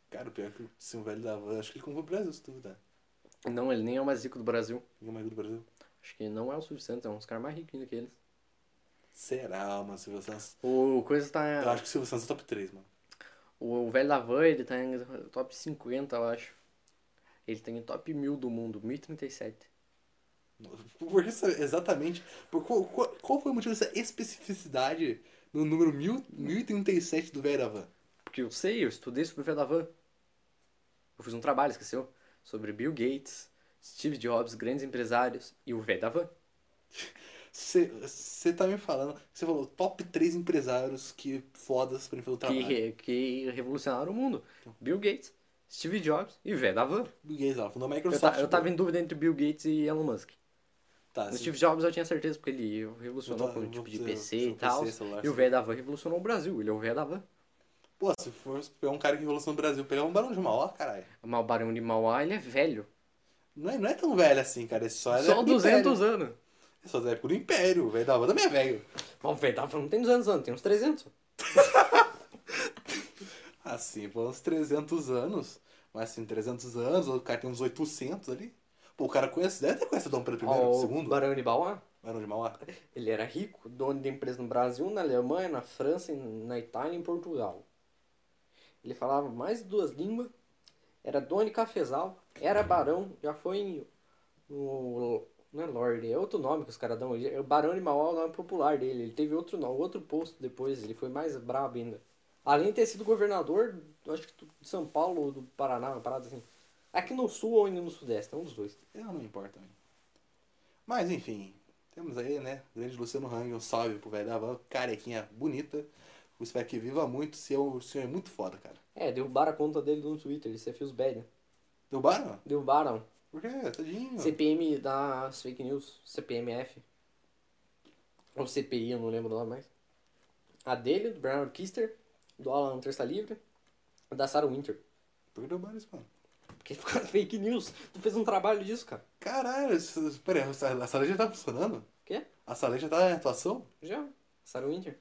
[SPEAKER 1] Cara, o pior que se um velho da van, acho que ele comprou o Brasil, se duvidar.
[SPEAKER 2] Não, ele nem é o mais rico do Brasil.
[SPEAKER 1] Ninguém mais do Brasil.
[SPEAKER 2] Acho que não é o suficiente, é uns caras mais ricos ainda que eles.
[SPEAKER 1] Será, mano, Silvio Santos?
[SPEAKER 2] O Coisa
[SPEAKER 1] Eu
[SPEAKER 2] tá.
[SPEAKER 1] acho que o Silvio Santos é top 3, mano. [LAUGHS]
[SPEAKER 2] O velho da Van, ele tá em top 50, eu acho. Ele tá em top 1000 do mundo, 1037.
[SPEAKER 1] Por isso, é exatamente. Por qual, qual, qual foi o motivo dessa especificidade no número 1000, 1037 do Veravan?
[SPEAKER 2] Porque eu sei, eu estudei sobre o Fé da Van. Eu fiz um trabalho, esqueceu? Sobre Bill Gates, Steve Jobs, grandes empresários e o Vé da Van.
[SPEAKER 1] Você tá me falando, você falou top 3 empresários que fodas pra fazer o
[SPEAKER 2] Que,
[SPEAKER 1] trabalho.
[SPEAKER 2] re- que revolucionaram o mundo.
[SPEAKER 1] Então.
[SPEAKER 2] Bill Gates, Steve Jobs e Vé da Van.
[SPEAKER 1] Bill Gates, ela fundou a
[SPEAKER 2] Eu,
[SPEAKER 1] Microsoft.
[SPEAKER 2] ta- eu tava em dúvida entre Bill Gates e Elon Musk.
[SPEAKER 1] Tá,
[SPEAKER 2] O
[SPEAKER 1] se-
[SPEAKER 2] Steve Jobs eu tinha certeza, porque ele revolucionou
[SPEAKER 1] Eu tô-
[SPEAKER 2] com o
[SPEAKER 1] eu
[SPEAKER 2] tipo de
[SPEAKER 1] vou- um
[SPEAKER 2] PC
[SPEAKER 1] eu-
[SPEAKER 2] e
[SPEAKER 1] eu-
[SPEAKER 2] tal.
[SPEAKER 1] PC, celular,
[SPEAKER 2] E o Vé da Van revolucionou o Brasil, ele é o Vé da Van.
[SPEAKER 1] Pô, se for pegar um cara que revolucionou o Brasil, pegar um Barão de Mauá, caralho.
[SPEAKER 2] Mas o Barão de Mauá, ele é velho.
[SPEAKER 1] Não é, não é tão velho assim, cara. Esse só é da
[SPEAKER 2] Só
[SPEAKER 1] época do
[SPEAKER 2] 200
[SPEAKER 1] Império.
[SPEAKER 2] anos.
[SPEAKER 1] É só da época do Império. O velho da van também é velho.
[SPEAKER 2] Mas o Vé da Van não tem 200 anos, tem uns 300.
[SPEAKER 1] Assim, foi uns 300 anos. Mas assim, 300 anos, o cara tem uns 800 ali. Pô, o cara conhece, deve ter conhecido o Dom Pedro I,
[SPEAKER 2] Ó, o
[SPEAKER 1] segundo.
[SPEAKER 2] Barão de Mauá.
[SPEAKER 1] Barão de Mauá?
[SPEAKER 2] Ele era rico, dono de empresa no Brasil, na Alemanha, na França, em- na Itália e em Portugal. Ele falava mais de duas línguas, era dono de cafezal, era barão, já foi em. No, não é Lorde, é outro nome que os caras dão. Ele- é o Barão de Mauá é o nome popular dele. Ele teve outro nome, outro posto depois, ele foi mais brabo ainda. Além de ter sido governador, acho que do- de São Paulo ou do Paraná, uma parada assim. Aqui no sul ou ainda no sudeste, é um dos dois.
[SPEAKER 1] Eu não me importo também. Mas enfim, temos aí, né? o Grande Luciano Hang, um salve pro velho da van, carequinha bonita. Eu espero que viva muito, se eu- o senhor é muito foda, cara.
[SPEAKER 2] É, derrubaram a conta dele no Twitter, ele se fez bad, né?
[SPEAKER 1] Derrubaram?
[SPEAKER 2] Derrubaram.
[SPEAKER 1] Por quê? Tadinho.
[SPEAKER 2] CPM das fake news, CPMF. Ou CPI, eu não lembro o nome mais. A dele, do Bernardo Kister, do Alan Terça Livre, da Sarah Winter.
[SPEAKER 1] Por que derrubaram isso, mano?
[SPEAKER 2] Porque [LAUGHS] ficou fake news. Tu fez um trabalho disso, cara.
[SPEAKER 1] Caralho, isso- pera aí, a sala- a sala já tá funcionando?
[SPEAKER 2] Quê?
[SPEAKER 1] A sala já tá em atuação?
[SPEAKER 2] Já? Sarah Winter?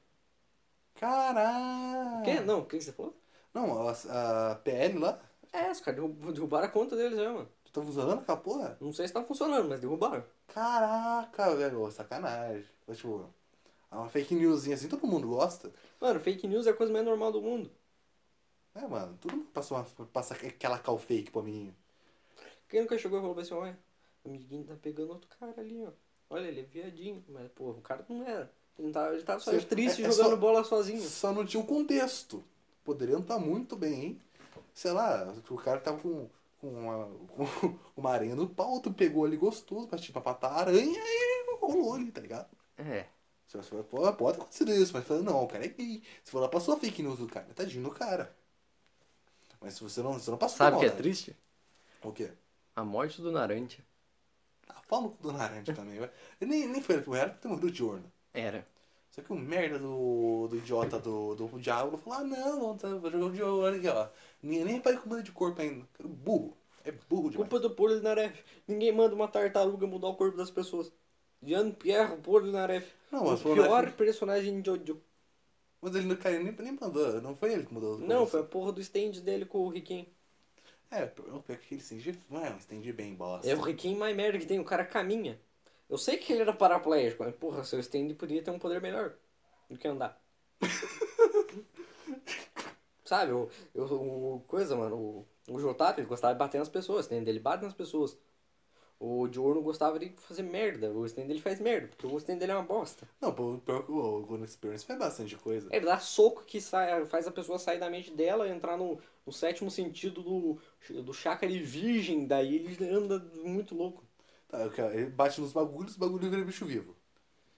[SPEAKER 1] Caralho!
[SPEAKER 2] Quê? Não, o que que você falou?
[SPEAKER 1] Não, a, a PL lá,
[SPEAKER 2] É, os caras derrub- derrubaram a conta deles já, mano.
[SPEAKER 1] tá funcionando aquela porra?
[SPEAKER 2] Não sei se tá funcionando, mas derrubaram.
[SPEAKER 1] Caraca, velho, sacanagem. Mas, Tipo, é uma fake newsinha assim, todo mundo gosta.
[SPEAKER 2] Mano, fake news é a coisa mais normal do mundo.
[SPEAKER 1] É, mano, todo mundo passa, uma, passa aquela cal fake pro amiguinho.
[SPEAKER 2] Quem nunca chegou e falou pra assim, olha, o amiguinho tá pegando outro cara ali, ó. Olha, ele é viadinho. Mas, pô, o cara não era. Ele, não tava, ele tava só
[SPEAKER 1] Sim,
[SPEAKER 2] triste
[SPEAKER 1] é- é
[SPEAKER 2] jogando
[SPEAKER 1] só-
[SPEAKER 2] bola sozinho.
[SPEAKER 1] Só não tinha o contexto. Poderiam estar muito bem, hein? Sei lá, o cara tava com, com, uma, [LAUGHS] com uma aranha no pau, tu pegou ali gostoso, mas tipo, pra patar a aranha e rolou ali, tá ligado?
[SPEAKER 2] É.
[SPEAKER 1] Você fala, pô, pode ter acontecido isso, mas fala, não, o cara é gay. Você falou, passou a fake news do cara, tadinho do cara. Mas se você não, você não passou
[SPEAKER 2] Sabe o
[SPEAKER 1] por
[SPEAKER 2] que é
[SPEAKER 1] maldade.
[SPEAKER 2] triste?
[SPEAKER 1] O quê?
[SPEAKER 2] A morte do Naranja.
[SPEAKER 1] Ah, fala com o Dona Aranha também, vai. Ele nem, nem foi ele pro Real, porque tem um diurno.
[SPEAKER 2] Era.
[SPEAKER 1] Só que o merda do, do idiota do, do diabo falou, ah, não, não, tá, vou jogar o diurno aqui, ó. Nem, nem reparei com muda de corpo ainda. Cara, burro. É burro demais.
[SPEAKER 2] Culpa do Polinareff. Ninguém manda uma tartaruga mudar o corpo das pessoas. Jean-Pierre Polinareff.
[SPEAKER 1] Não,
[SPEAKER 2] O
[SPEAKER 1] mas,
[SPEAKER 2] pior
[SPEAKER 1] pô, né,
[SPEAKER 2] personagem de Jojo.
[SPEAKER 1] mas ele, cara, ele nem, nem mandou, não foi ele que mudou.
[SPEAKER 2] Não, foi a porra do stand dele com o Riquinho.
[SPEAKER 1] É, eu pego aquele stand, não é um stand bem bosta.
[SPEAKER 2] É o Riquinho mais merda que tem, o cara caminha. Eu sei que ele era paraplégico, mas porra, seu stand podia ter um poder melhor do que andar. Sabe, o, eu, o coisa, mano, o, o Jotap, ele gostava de bater nas pessoas, o stand dele bate nas pessoas. O Diorno gostava de fazer merda, o stand dele faz merda, porque o stand dele é uma bosta.
[SPEAKER 1] Não, pô, pior que o Golden Experience faz bastante coisa.
[SPEAKER 2] Ele dá soco que sai, faz a pessoa sair da mente dela, entrar no, no sétimo sentido do, do chakra de virgem, daí ele anda muito louco.
[SPEAKER 1] Tá, o cara, ele bate nos bagulhos, os bagulhos viram bicho vivo.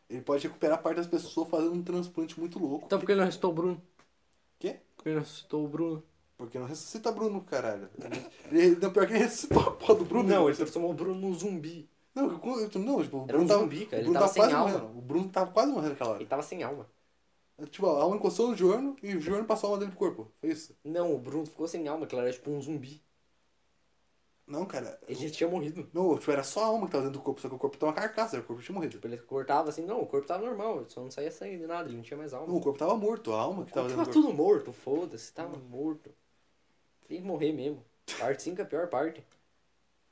[SPEAKER 1] Ele pode recuperar parte das pessoas fazendo um transplante muito louco.
[SPEAKER 2] Então por que ele não ressuscitou o Bruno?
[SPEAKER 1] Quê?
[SPEAKER 2] Por que ele não ressuscitou o Bruno?
[SPEAKER 1] Porque não ressuscita Bruno, caralho. Ele, não, pior que ele ressuscitou a porra do Bruno.
[SPEAKER 2] Não, ele transformou o Bruno num zumbi.
[SPEAKER 1] Não, co- tu- não, tipo, o
[SPEAKER 2] Era
[SPEAKER 1] Bruno
[SPEAKER 2] um
[SPEAKER 1] tava,
[SPEAKER 2] zumbi, cara,
[SPEAKER 1] o
[SPEAKER 2] ele
[SPEAKER 1] Bruno
[SPEAKER 2] tava
[SPEAKER 1] tava
[SPEAKER 2] sem
[SPEAKER 1] quase
[SPEAKER 2] alma.
[SPEAKER 1] morrendo. O Bruno tava quase morrendo aquela
[SPEAKER 2] Ele
[SPEAKER 1] hora.
[SPEAKER 2] tava sem alma.
[SPEAKER 1] Tipo, a alma encostou no Giorno e o Giorno passou a alma dele pro corpo. Foi isso?
[SPEAKER 2] Não, o Bruno ficou sem alma, que ele era tipo um zumbi.
[SPEAKER 1] Não, cara.
[SPEAKER 2] Ele já tinha morrido.
[SPEAKER 1] Não, tipo, era só a alma que tava dentro do corpo, só que o corpo tava uma carcaça, o corpo tinha morrido.
[SPEAKER 2] Tipo, ele cortava assim, não, o corpo tava normal, ele só não saía sangue de nada, ele não tinha mais
[SPEAKER 1] Não,
[SPEAKER 2] alma.
[SPEAKER 1] o corpo tava morto, a alma que tava
[SPEAKER 2] Tava,
[SPEAKER 1] dentro do corpo.
[SPEAKER 2] tudo morto, Hum. foda-se, tava morto. Tem que morrer mesmo. Parte 5 é a pior parte.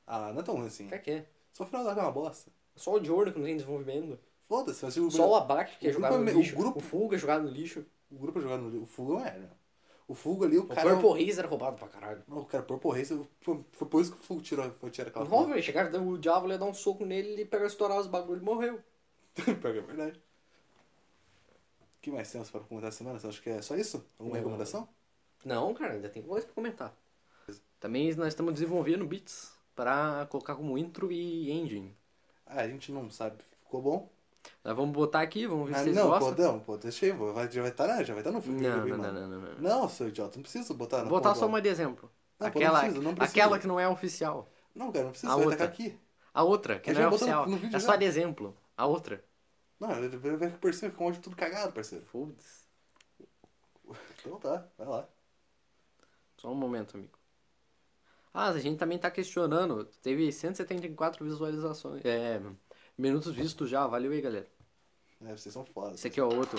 [SPEAKER 1] Ah, não é tão ruim assim.
[SPEAKER 2] Fica quieto.
[SPEAKER 1] Só o final da é uma bosta.
[SPEAKER 2] Só o Diorno que não tem desenvolvimento.
[SPEAKER 1] Foda-se, mas se o
[SPEAKER 2] Só o Abac que é
[SPEAKER 1] O grupo
[SPEAKER 2] jogado
[SPEAKER 1] é
[SPEAKER 2] no
[SPEAKER 1] me- o
[SPEAKER 2] lixo. O,
[SPEAKER 1] grupo-
[SPEAKER 2] Fuga é jogado no lixo.
[SPEAKER 1] O grupo é jogado no. O Fugo não era. O Fugo ali, o
[SPEAKER 2] O é um
[SPEAKER 1] cara.
[SPEAKER 2] Purple Reis era roubado pra caralho.
[SPEAKER 1] Não, o cara, Purple Race, foi, foi por isso que o Fugo tirou, foi tirar aquela.
[SPEAKER 2] Não, velho, chegaram, o diabo ia dar um soco nele, ele pegou estourar os bagulhos e morreu.
[SPEAKER 1] [LAUGHS] Pior que é verdade. O que mais temos para comentar essa semana? Você acha que é só isso? Alguma
[SPEAKER 2] Não.
[SPEAKER 1] recomendação?
[SPEAKER 2] Não, cara, ainda tem coisa pra comentar. Também nós estamos desenvolvendo beats pra colocar como intro e engine.
[SPEAKER 1] Ah, a gente não sabe. Ficou bom?
[SPEAKER 2] Nós vamos botar aqui, vamos ver
[SPEAKER 1] Ah,
[SPEAKER 2] se vocês
[SPEAKER 1] não, pô,
[SPEAKER 2] gostam.
[SPEAKER 1] não, pô, deixa aí, pô, vai- já vai estar tá, na- já vai tá no filme.
[SPEAKER 2] Não, não, não, não, não, não.
[SPEAKER 1] Não, seu idiota, não precisa botar na
[SPEAKER 2] Vou botar
[SPEAKER 1] porra
[SPEAKER 2] só
[SPEAKER 1] do-
[SPEAKER 2] uma de exemplo.
[SPEAKER 1] Não, pô, não
[SPEAKER 2] aquela,
[SPEAKER 1] precisa, não precisa.
[SPEAKER 2] aquela que não é oficial.
[SPEAKER 1] Não, cara, não precisa,
[SPEAKER 2] A
[SPEAKER 1] vai
[SPEAKER 2] outra.
[SPEAKER 1] tacar aqui.
[SPEAKER 2] A outra, que
[SPEAKER 1] Eu
[SPEAKER 2] não
[SPEAKER 1] já
[SPEAKER 2] é
[SPEAKER 1] botei no-
[SPEAKER 2] oficial.
[SPEAKER 1] no vídeo
[SPEAKER 2] é
[SPEAKER 1] já.
[SPEAKER 2] só de exemplo. A outra.
[SPEAKER 1] Não, ele vai vai perceber com o áudio um tudo cagado, parceiro.
[SPEAKER 2] Foda-se.
[SPEAKER 1] Então tá, vai lá.
[SPEAKER 2] Só um momento, amigo. Ah, a gente também tá questionando. Teve 174 visualizações. É, minutos vistos já. Valeu aí, galera.
[SPEAKER 1] É, vocês são foda.
[SPEAKER 2] Esse aqui é o outro.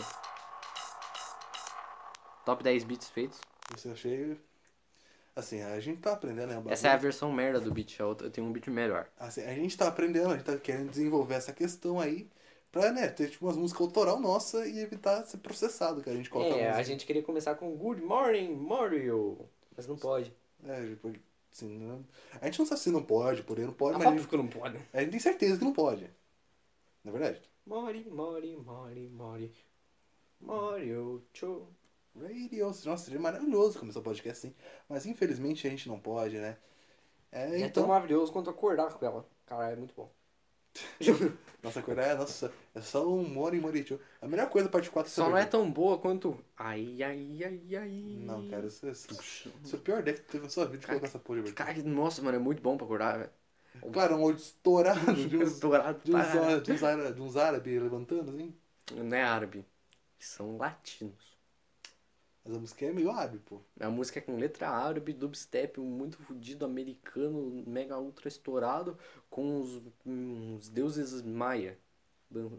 [SPEAKER 2] Top 10 beats feitos.
[SPEAKER 1] Isso eu achei. Assim, a gente tá aprendendo, né? o bagulho.
[SPEAKER 2] Essa é a versão merda do beat. a outra- Eu tenho um beat melhor.
[SPEAKER 1] Assim, a gente tá aprendendo, a gente tá querendo desenvolver essa questão aí pra, né, ter tipo umas músicas autoral nossa e evitar ser processado, que a gente coloca a
[SPEAKER 2] É, a
[SPEAKER 1] música.
[SPEAKER 2] gente queria começar com Good Morning Mario, mas não pode.
[SPEAKER 1] É, tipo, assim, não- a gente não sabe se não pode, por aí não pode,
[SPEAKER 2] Ah,
[SPEAKER 1] mas a
[SPEAKER 2] óbvio
[SPEAKER 1] gente,
[SPEAKER 2] que não pode.
[SPEAKER 1] a gente tem certeza que não pode. Na verdade.
[SPEAKER 2] Mori, Mori, Mori, Mori. Mario, tchô.
[SPEAKER 1] Radio, nossa, seria maravilhoso começar o podcast assim. Mas infelizmente a gente não pode, né? É,
[SPEAKER 2] É tão
[SPEAKER 1] então.
[SPEAKER 2] maravilhoso quanto acordar com ela. Cara, é muito bom.
[SPEAKER 1] Nossa, coisa é, nossa, é só um Mori Morichu. A melhor coisa da parte 4
[SPEAKER 2] Só não é tão boa quanto. Ai, ai, ai, ai.
[SPEAKER 1] Não, cara, isso, isso, isso é o pior deck que teve na sua vida de colocar essa porra de abertura.
[SPEAKER 2] Cara, nossa, mano, é muito bom pra acordar, velho.
[SPEAKER 1] Claro, um áudio estourado de
[SPEAKER 2] [LAUGHS]
[SPEAKER 1] uns,
[SPEAKER 2] Dourado
[SPEAKER 1] de uns,
[SPEAKER 2] para-
[SPEAKER 1] ára- de uns, ára- de uns árabes levantando, assim.
[SPEAKER 2] Não é árabe. São latinos.
[SPEAKER 1] Mas a música é meio árabe, pô.
[SPEAKER 2] A música é com letra árabe, dubstep, um muito fudido americano, mega ultra estourado, com os, uns deuses maia dan-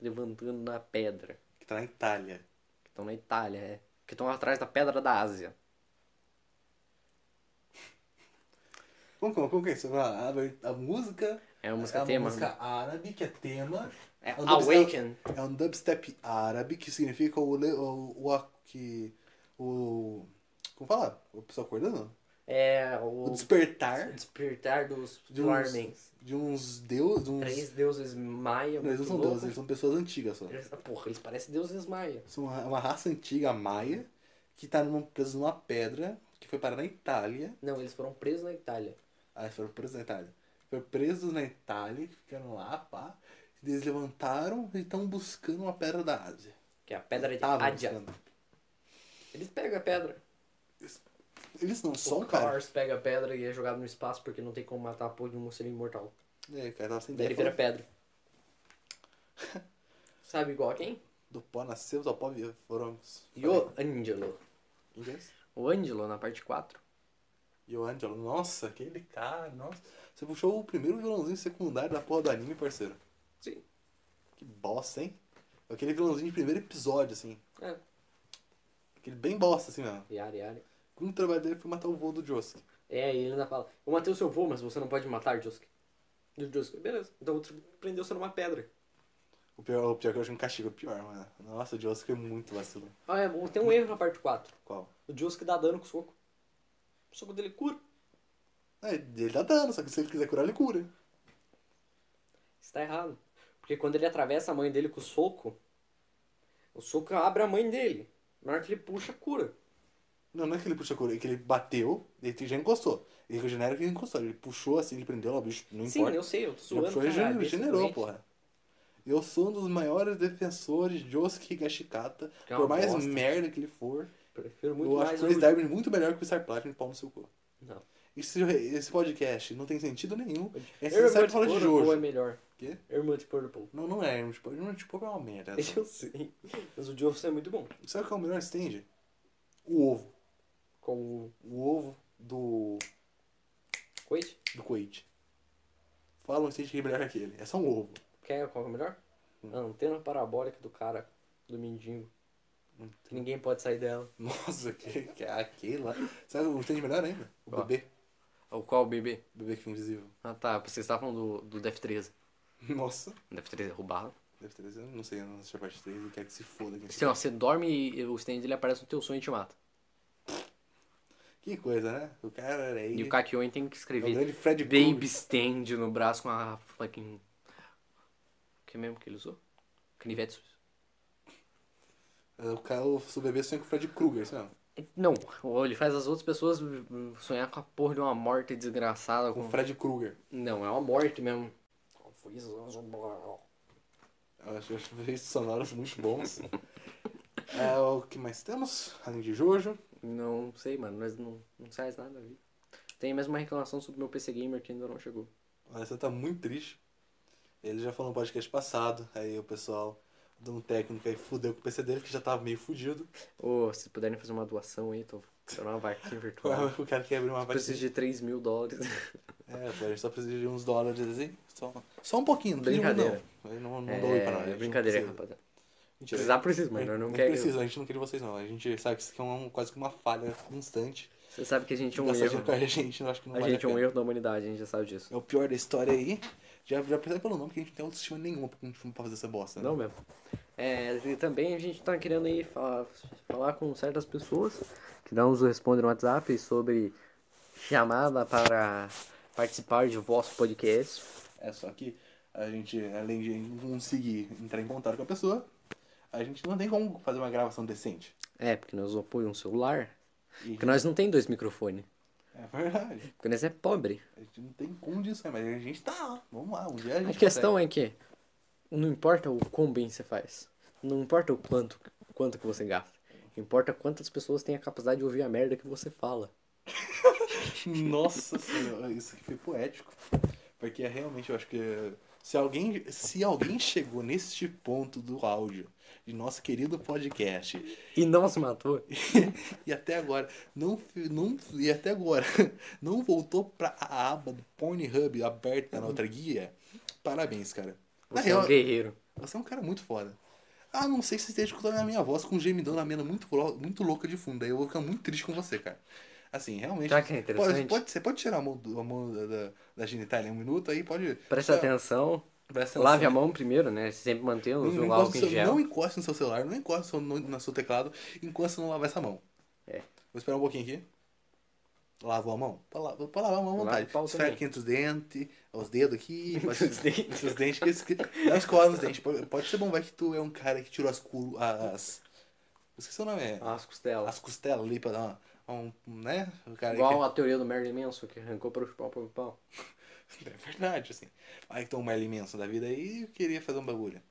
[SPEAKER 2] levantando na pedra.
[SPEAKER 1] Que tá na Itália.
[SPEAKER 2] que estão na Itália, é. Que estão atrás da Pedra da Ásia.
[SPEAKER 1] Como, como, como que é isso? A, a- a música.
[SPEAKER 2] É uma música
[SPEAKER 1] é uma
[SPEAKER 2] tema.
[SPEAKER 1] música árabe, que é tema.
[SPEAKER 2] É
[SPEAKER 1] um dubstep-
[SPEAKER 2] Awaken.
[SPEAKER 1] É um dubstep árabe, que significa o. le- o, o, a- que, o como falar? O pessoal acordando?
[SPEAKER 2] É
[SPEAKER 1] O
[SPEAKER 2] o
[SPEAKER 1] despertar
[SPEAKER 2] despertar dos
[SPEAKER 1] de uns,
[SPEAKER 2] Warmens.
[SPEAKER 1] de uns deuses. de uns-
[SPEAKER 2] Três deuses maia.
[SPEAKER 1] não, eles não
[SPEAKER 2] muito
[SPEAKER 1] são
[SPEAKER 2] loucos.
[SPEAKER 1] deuses, eles são pessoas antigas só.
[SPEAKER 2] Eles- Porra, eles parecem deuses maia.
[SPEAKER 1] São uma uma raça antiga maia que tá numa, presa numa pedra que foi parar na Itália.
[SPEAKER 2] Não, eles foram presos na Itália.
[SPEAKER 1] Ah, eles foram presos na Itália. Foram presos na Itália, ficaram lá, pá. E eles levantaram e estão buscando uma pedra da Ásia.
[SPEAKER 2] Que é a pedra de
[SPEAKER 1] Estavam
[SPEAKER 2] Ádia.
[SPEAKER 1] buscando.
[SPEAKER 2] Eles pegam a pedra.
[SPEAKER 1] Eles não são,
[SPEAKER 2] o
[SPEAKER 1] um cara.
[SPEAKER 2] Cars pega a pedra e é jogado no espaço porque não tem como matar a porra de um morcego imortal.
[SPEAKER 1] É, cara, tava sem
[SPEAKER 2] Daí ele
[SPEAKER 1] ideia.
[SPEAKER 2] vira
[SPEAKER 1] Falou,
[SPEAKER 2] pedra. Sabe igual a quem?
[SPEAKER 1] Do pó nasceu, do pó vi- foram.
[SPEAKER 2] E o Angelo.
[SPEAKER 1] Inglês?
[SPEAKER 2] O Angelo, na parte 4.
[SPEAKER 1] E o Angelo. Nossa, aquele cara, nossa. Você puxou o primeiro vilãozinho secundário da porra do anime, parceiro.
[SPEAKER 2] Sim.
[SPEAKER 1] Que bosta, hein? Aquele vilãozinho de primeiro episódio, assim.
[SPEAKER 2] É.
[SPEAKER 1] Aquele bem bosta, assim mesmo.
[SPEAKER 2] Yari, yari.
[SPEAKER 1] O único trabalho dele foi matar o voo do Josuke.
[SPEAKER 2] É, e ele ainda fala, eu matei o seu vô, mas você não pode matar Josuke. E o Josuke, beleza. Então o Tsuki prendeu você numa pedra.
[SPEAKER 1] O pior, o pior que eu acho que um castigo é pior, mano. Nossa, o Josuke é muito vacilo.
[SPEAKER 2] Ah, é, tem um erro na parte 4.
[SPEAKER 1] Qual?
[SPEAKER 2] O Josuke dá dano com o soco. O soco dele cura.
[SPEAKER 1] É, ele dá dano, só que se ele quiser curar, ele cura.
[SPEAKER 2] Isso tá errado. Porque quando ele atravessa a mãe dele com o soco, o soco abre a mãe dele. Na hora que ele puxa, cura.
[SPEAKER 1] Não, não é que ele puxou a cura, é que ele bateu, ele já encostou. Ele regenera que ele encostou. Ele puxou assim, ele prendeu lá, o bicho, não
[SPEAKER 2] Sim,
[SPEAKER 1] importa.
[SPEAKER 2] eu sei, eu
[SPEAKER 1] Ele
[SPEAKER 2] tô zoando.
[SPEAKER 1] puxou e
[SPEAKER 2] caralho,
[SPEAKER 1] regenerou,
[SPEAKER 2] deixa
[SPEAKER 1] regenerou,
[SPEAKER 2] doente.
[SPEAKER 1] porra. Eu sou um dos maiores defensores de Josuke Higashikata.
[SPEAKER 2] Que é uma
[SPEAKER 1] por mais
[SPEAKER 2] bosta.
[SPEAKER 1] merda que ele for,
[SPEAKER 2] Prefiro muito
[SPEAKER 1] eu acho
[SPEAKER 2] mais
[SPEAKER 1] Chris
[SPEAKER 2] o-
[SPEAKER 1] Darwin é muito melhor que o Star Platinum pau no seu cu.
[SPEAKER 2] Não.
[SPEAKER 1] Esse, esse podcast não tem sentido nenhum. Esse
[SPEAKER 2] Hermit
[SPEAKER 1] serve pra falar de
[SPEAKER 2] Purple
[SPEAKER 1] Jojo.
[SPEAKER 2] é melhor.
[SPEAKER 1] Quê?
[SPEAKER 2] Hermit Purple.
[SPEAKER 1] Não, não é. Irmão de Porco. Irmão de Porco é uma
[SPEAKER 2] [LAUGHS]
[SPEAKER 1] merda.
[SPEAKER 2] Eu sei. Mas o Jojo é muito bom.
[SPEAKER 1] Sabe qual é o melhor stand? O ovo.
[SPEAKER 2] Com o
[SPEAKER 1] O ovo do,
[SPEAKER 2] Coit.
[SPEAKER 1] do Coit. Fala um stand que é melhor que aquele. É só um ovo.
[SPEAKER 2] Quer qual que é o melhor?
[SPEAKER 1] Hum.
[SPEAKER 2] A antena parabólica do cara, do mendigo. Que ninguém pode sair dela.
[SPEAKER 1] [LAUGHS] Nossa, que, que é aquela. Sabe um stand melhor ainda? O
[SPEAKER 2] Qual?
[SPEAKER 1] bebê.
[SPEAKER 2] O qual bebê?
[SPEAKER 1] O bebê que foi invisível.
[SPEAKER 2] Ah tá, vocês estavam do, do Def 13.
[SPEAKER 1] Nossa.
[SPEAKER 2] Def 13 é roubado.
[SPEAKER 1] Deve ter, eu não sei, eu não assisti a parte 3 e quero que se foda. gente.
[SPEAKER 2] Assim, ó, você dorme e o stand ele aparece no teu sonho e te mata.
[SPEAKER 1] Que coisa, né? O cara era
[SPEAKER 2] E
[SPEAKER 1] ele.
[SPEAKER 2] o Kakyoin tem que
[SPEAKER 1] É o
[SPEAKER 2] escrever
[SPEAKER 1] grande Fred
[SPEAKER 2] Baby
[SPEAKER 1] Krueger.
[SPEAKER 2] Stand no braço com a fucking. O que mesmo que ele usou? Canivete suíço.
[SPEAKER 1] É, O, cara, o seu bebê sonha com o Fred Krueger, isso mesmo.
[SPEAKER 2] Não, ou ele faz as outras pessoas sonhar com a porra de uma morte desgraçada.
[SPEAKER 1] Com
[SPEAKER 2] Com...
[SPEAKER 1] o Fred Krueger.
[SPEAKER 2] Não, é uma morte mesmo. Foi isso. um
[SPEAKER 1] Eu acho acho efeitos sonoros muito bons. [LAUGHS] é, o que mais temos? Além de Jojo.
[SPEAKER 2] Não sei, mano, mas não, não sai nada da vida. Tem mais uma reclamação sobre meu PC Gamer que ainda não chegou.
[SPEAKER 1] Essa tá muito triste. Ele já falou no podcast passado. Aí o pessoal deu um técnico aí fudeu com o PC dele, que já tava meio fudido.
[SPEAKER 2] Ô, se puderem fazer uma doação aí, tô dando uma vaquinha [LAUGHS] virtual.
[SPEAKER 1] [LAUGHS] O cara quer abrir uma
[SPEAKER 2] Preciso
[SPEAKER 1] vaquinha.
[SPEAKER 2] de 3 mil dólares.
[SPEAKER 1] É, a gente só precisa de uns dólares assim. Só, só um pouquinho, não precisa de muito,
[SPEAKER 2] Brincadeira.
[SPEAKER 1] não. Ele não, não doe pra nós. a gente
[SPEAKER 2] É
[SPEAKER 1] não
[SPEAKER 2] brincadeira,
[SPEAKER 1] precisa.
[SPEAKER 2] rapaziada.
[SPEAKER 1] Mentira,
[SPEAKER 2] Precisar precisa, mas
[SPEAKER 1] a gente-
[SPEAKER 2] não
[SPEAKER 1] não
[SPEAKER 2] quer.
[SPEAKER 1] precisa, a gente não queria vocês não. A gente sabe que isso aqui é um, quase que uma falha constante.
[SPEAKER 2] Você sabe que a gente é um
[SPEAKER 1] Passageiro
[SPEAKER 2] erro.
[SPEAKER 1] com a gente, eu acho que não
[SPEAKER 2] A
[SPEAKER 1] vale
[SPEAKER 2] gente é um
[SPEAKER 1] pena.
[SPEAKER 2] erro da humanidade, a gente já sabe disso.
[SPEAKER 1] É o pior da história aí. Já, já percebe pelo nome que a gente não tem autoestima nenhuma porque a gente não pode fazer essa bosta. né?
[SPEAKER 2] Não mesmo. É, e também a gente tá querendo aí falar, falar com certas pessoas que não nos respondem no WhatsApp sobre chamada para participar de vosso podcast.
[SPEAKER 1] É só que a gente, além de não conseguir entrar em contato com a pessoa, a gente não tem como fazer uma gravação decente.
[SPEAKER 2] É, porque nós apoiamos um celular.
[SPEAKER 1] E-
[SPEAKER 2] Porque nós não tem dois microfones.
[SPEAKER 1] É verdade.
[SPEAKER 2] Porque nós é pobre.
[SPEAKER 1] A gente não tem condições, mas a gente tá lá. Vamos lá, um dia a
[SPEAKER 2] A
[SPEAKER 1] gente
[SPEAKER 2] questão é que não importa o quão bem você faz. Não importa o quanto, quanto que você gasta. Importa quantas pessoas têm a capacidade de ouvir a merda que você fala. é
[SPEAKER 1] consegue. Nossa senhora, isso aqui foi poético. Porque é realmente eu acho que se alguém, se alguém chegou neste ponto do áudio de nosso querido podcast
[SPEAKER 2] E não se matou.
[SPEAKER 1] e até agora não, fi- não e até agora [LAUGHS] não voltou pra a aba do Pornhub aberta na outra guia, parabéns, cara. Na
[SPEAKER 2] Uhum. Você é
[SPEAKER 1] real,
[SPEAKER 2] um guerreiro.
[SPEAKER 1] você é um cara muito foda. Ah, não sei se você esteja escutando a minha voz com um gemidão na mena muito, lo- muito louca de fundo. Aí eu vou ficar muito triste com você, cara. Assim, realmente.
[SPEAKER 2] Já que é
[SPEAKER 1] pode,
[SPEAKER 2] interessante.
[SPEAKER 1] pode- você pode tirar a mão, do- a mão da, da, da genitália um minuto aí, pode.
[SPEAKER 2] Presta atenção.
[SPEAKER 1] Presta atenção.
[SPEAKER 2] Lave a mão primeiro, né? Sempre mantendo
[SPEAKER 1] Não, não
[SPEAKER 2] o
[SPEAKER 1] encosta
[SPEAKER 2] álcool
[SPEAKER 1] no
[SPEAKER 2] em
[SPEAKER 1] seu-
[SPEAKER 2] gel.
[SPEAKER 1] não encoste no seu celular, não encoste no seu, no, no seu teclado enquanto você não lavar essa mão.
[SPEAKER 2] É.
[SPEAKER 1] Vou esperar um pouquinho aqui. Lavou a mão? Pode, la- pode lavar a mão à
[SPEAKER 2] Lava
[SPEAKER 1] vontade.
[SPEAKER 2] o pau
[SPEAKER 1] Esfrega
[SPEAKER 2] também.
[SPEAKER 1] aqui entre os dentes, os dedos
[SPEAKER 2] [LAUGHS]
[SPEAKER 1] aqui. Pode,
[SPEAKER 2] Os dentes.
[SPEAKER 1] Os dentes. que esse- que- Dá uma escola nos dentes. Pode, pode ser bom, vai que tu é um cara que tirou as... Cu, as esqueci o nome. É,
[SPEAKER 2] Ah, As costelas.
[SPEAKER 1] as costelas ali pra dar uma... Um, né? O cara que-
[SPEAKER 2] Igual a teoria do Merlin Manson, que arrancou para o pau para o pau.
[SPEAKER 1] [LAUGHS] É verdade, assim. Aí que tem um Merlin Manson da vida aí e queria fazer um bagulho.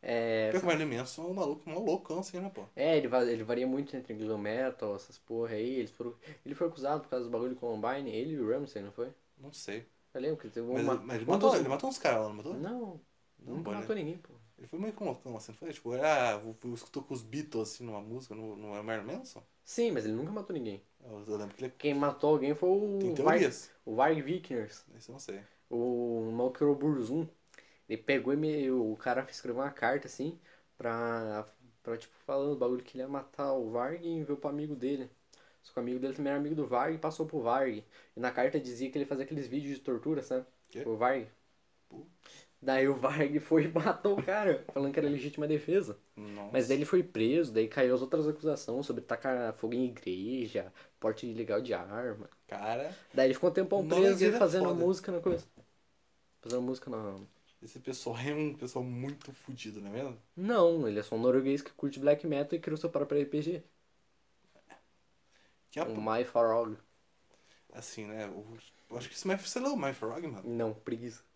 [SPEAKER 2] É,
[SPEAKER 1] Porque o Merlin Manson é um maluco, um loucão assim, né, pô?
[SPEAKER 2] é ele, va- ele varia muito entre glam metal, essas porra aí. Eles foram, ele foi acusado por causa do bagulho de Columbine, ele e o Ramsey, não foi?
[SPEAKER 1] Não sei.
[SPEAKER 2] Eu lembro que teve
[SPEAKER 1] Mas,
[SPEAKER 2] uma...
[SPEAKER 1] mas ele,
[SPEAKER 2] uma
[SPEAKER 1] matou,
[SPEAKER 2] dos-
[SPEAKER 1] ele matou uns caras lá, não matou?
[SPEAKER 2] Não,
[SPEAKER 1] Não
[SPEAKER 2] não,
[SPEAKER 1] pode, né?
[SPEAKER 2] matou ninguém, pô.
[SPEAKER 1] Ele foi meio que um loucão, assim, não foi? Tipo, ah, eu, eu escutou com os Beatles, assim, numa música, no, no Merlin Manson?
[SPEAKER 2] Sim, mas ele nunca matou ninguém.
[SPEAKER 1] Eu, eu lembro que ele
[SPEAKER 2] Quem matou alguém foi o...
[SPEAKER 1] tem
[SPEAKER 2] Varg,
[SPEAKER 1] teorias.
[SPEAKER 2] o Varg Vickers.
[SPEAKER 1] Isso eu não sei.
[SPEAKER 2] o maluco que era o Burzum, ele pegou e me, o cara escreveu uma carta assim, pra, pra tipo, falando o bagulho que ele ia matar o Varg e enviou pro amigo dele. Só que o amigo dele também era amigo do Varg e passou pro Varg. E na carta dizia que ele fazia aqueles vídeos de tortura, sabe?
[SPEAKER 1] Quê?
[SPEAKER 2] O Varg.
[SPEAKER 1] Pô.
[SPEAKER 2] Daí o Varg [LAUGHS] foi e matou o cara, falando que era legítima defesa.
[SPEAKER 1] Nossa.
[SPEAKER 2] Mas daí ele foi preso, daí caiu as outras acusações sobre tacar fogo em igreja, porte ilegal de arma.
[SPEAKER 1] Cara,
[SPEAKER 2] Daí ele ficou um tempão
[SPEAKER 1] Nossa,
[SPEAKER 2] preso e
[SPEAKER 1] ele é
[SPEAKER 2] fazendo
[SPEAKER 1] foda.
[SPEAKER 2] música na coisa. Fazendo música na.
[SPEAKER 1] esse pessoal é um pessoal muito fudido, não é mesmo?
[SPEAKER 2] Não, ele é só um norueguês que curte black metal e criou seu próprio RPG.
[SPEAKER 1] Que é,
[SPEAKER 2] O Um My Farog.
[SPEAKER 1] assim, né? Eu, eu acho que isso mais sei lá, o My Frog, mano. [LAUGHS]
[SPEAKER 2] Não, preguiça. [LAUGHS]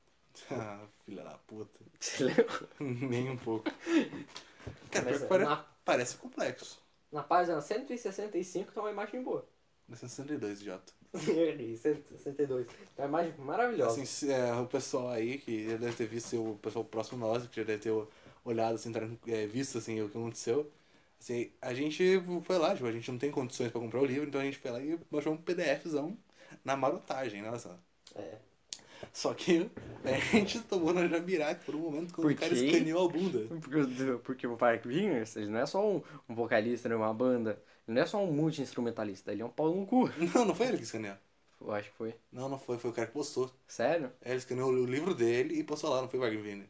[SPEAKER 1] Ah, filha da puta. [LAUGHS]
[SPEAKER 2] Você lembra?
[SPEAKER 1] Nem um
[SPEAKER 2] [LAUGHS]
[SPEAKER 1] pouco. Cara, pior
[SPEAKER 2] Mas [LAUGHS]
[SPEAKER 1] que
[SPEAKER 2] é,
[SPEAKER 1] pare-
[SPEAKER 2] na,
[SPEAKER 1] parece complexo.
[SPEAKER 2] na página 165 tem uma imagem boa. [LAUGHS]
[SPEAKER 1] Mas 162, idiota.
[SPEAKER 2] Errei, 162. Tem uma imagem maravilhosa.
[SPEAKER 1] Assim, se, é, o pessoal aí que já deve ter visto, assim, o pessoal próximo a nós, que já deve ter olhado, assim, tran- é, visto, assim, o que aconteceu. Assim, a gente foi lá, tipo, a gente não tem condições pra comprar o livro, então a gente foi lá e baixou um PDFzão na marotagem, né, só.
[SPEAKER 2] É.
[SPEAKER 1] Só que é, a gente tomou na jabiraca por um momento quando
[SPEAKER 2] Por
[SPEAKER 1] o cara
[SPEAKER 2] quê?
[SPEAKER 1] escaneou a bunda.
[SPEAKER 2] Porque, o- porque o Park Vingers, ele não é só um, um vocalista de uma banda, ele não é só um multi-instrumentalista, ele é um pau no cu.
[SPEAKER 1] Não, não foi ele que escaneou.
[SPEAKER 2] Eu acho que foi.
[SPEAKER 1] Não, não foi, foi o cara que postou.
[SPEAKER 2] Sério?
[SPEAKER 1] É, Ele escaneou o livro dele e postou lá, não foi o Wagner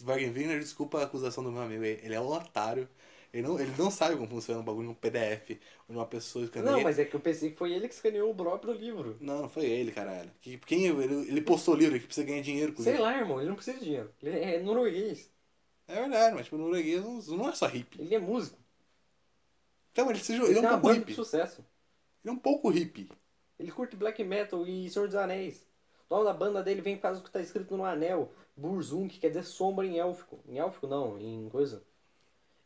[SPEAKER 1] Wagner, desculpa a acusação do meu amigo, ele é um otário. Ele não, ele não sabe como funciona um bagulho num PDF, onde uma pessoa escaneia.
[SPEAKER 2] Não, mas é que eu pensei que foi ele que escaneou o próprio livro.
[SPEAKER 1] não, não foi ele, caralho. Que- Quem, ele, ele postou o livro, que precisa ganhar dinheiro com
[SPEAKER 2] Sei
[SPEAKER 1] isso.
[SPEAKER 2] lá, irmão, ele não precisa de dinheiro. Ele é norueguês.
[SPEAKER 1] É verdade, mas tipo, o norueguês não, não é só hippie.
[SPEAKER 2] Ele é músico.
[SPEAKER 1] Então, ele, se, jo-
[SPEAKER 2] Ele,
[SPEAKER 1] ele é
[SPEAKER 2] tem
[SPEAKER 1] um
[SPEAKER 2] uma
[SPEAKER 1] pouco
[SPEAKER 2] banda de
[SPEAKER 1] hippie.
[SPEAKER 2] sucesso.
[SPEAKER 1] Ele é um pouco hippie.
[SPEAKER 2] Ele curte black metal e Senhor dos Anéis. O nome da banda dele vem por causa do que tá escrito no anel. Burzum, que quer dizer sombra em élfico. Em élfico não, em coisa.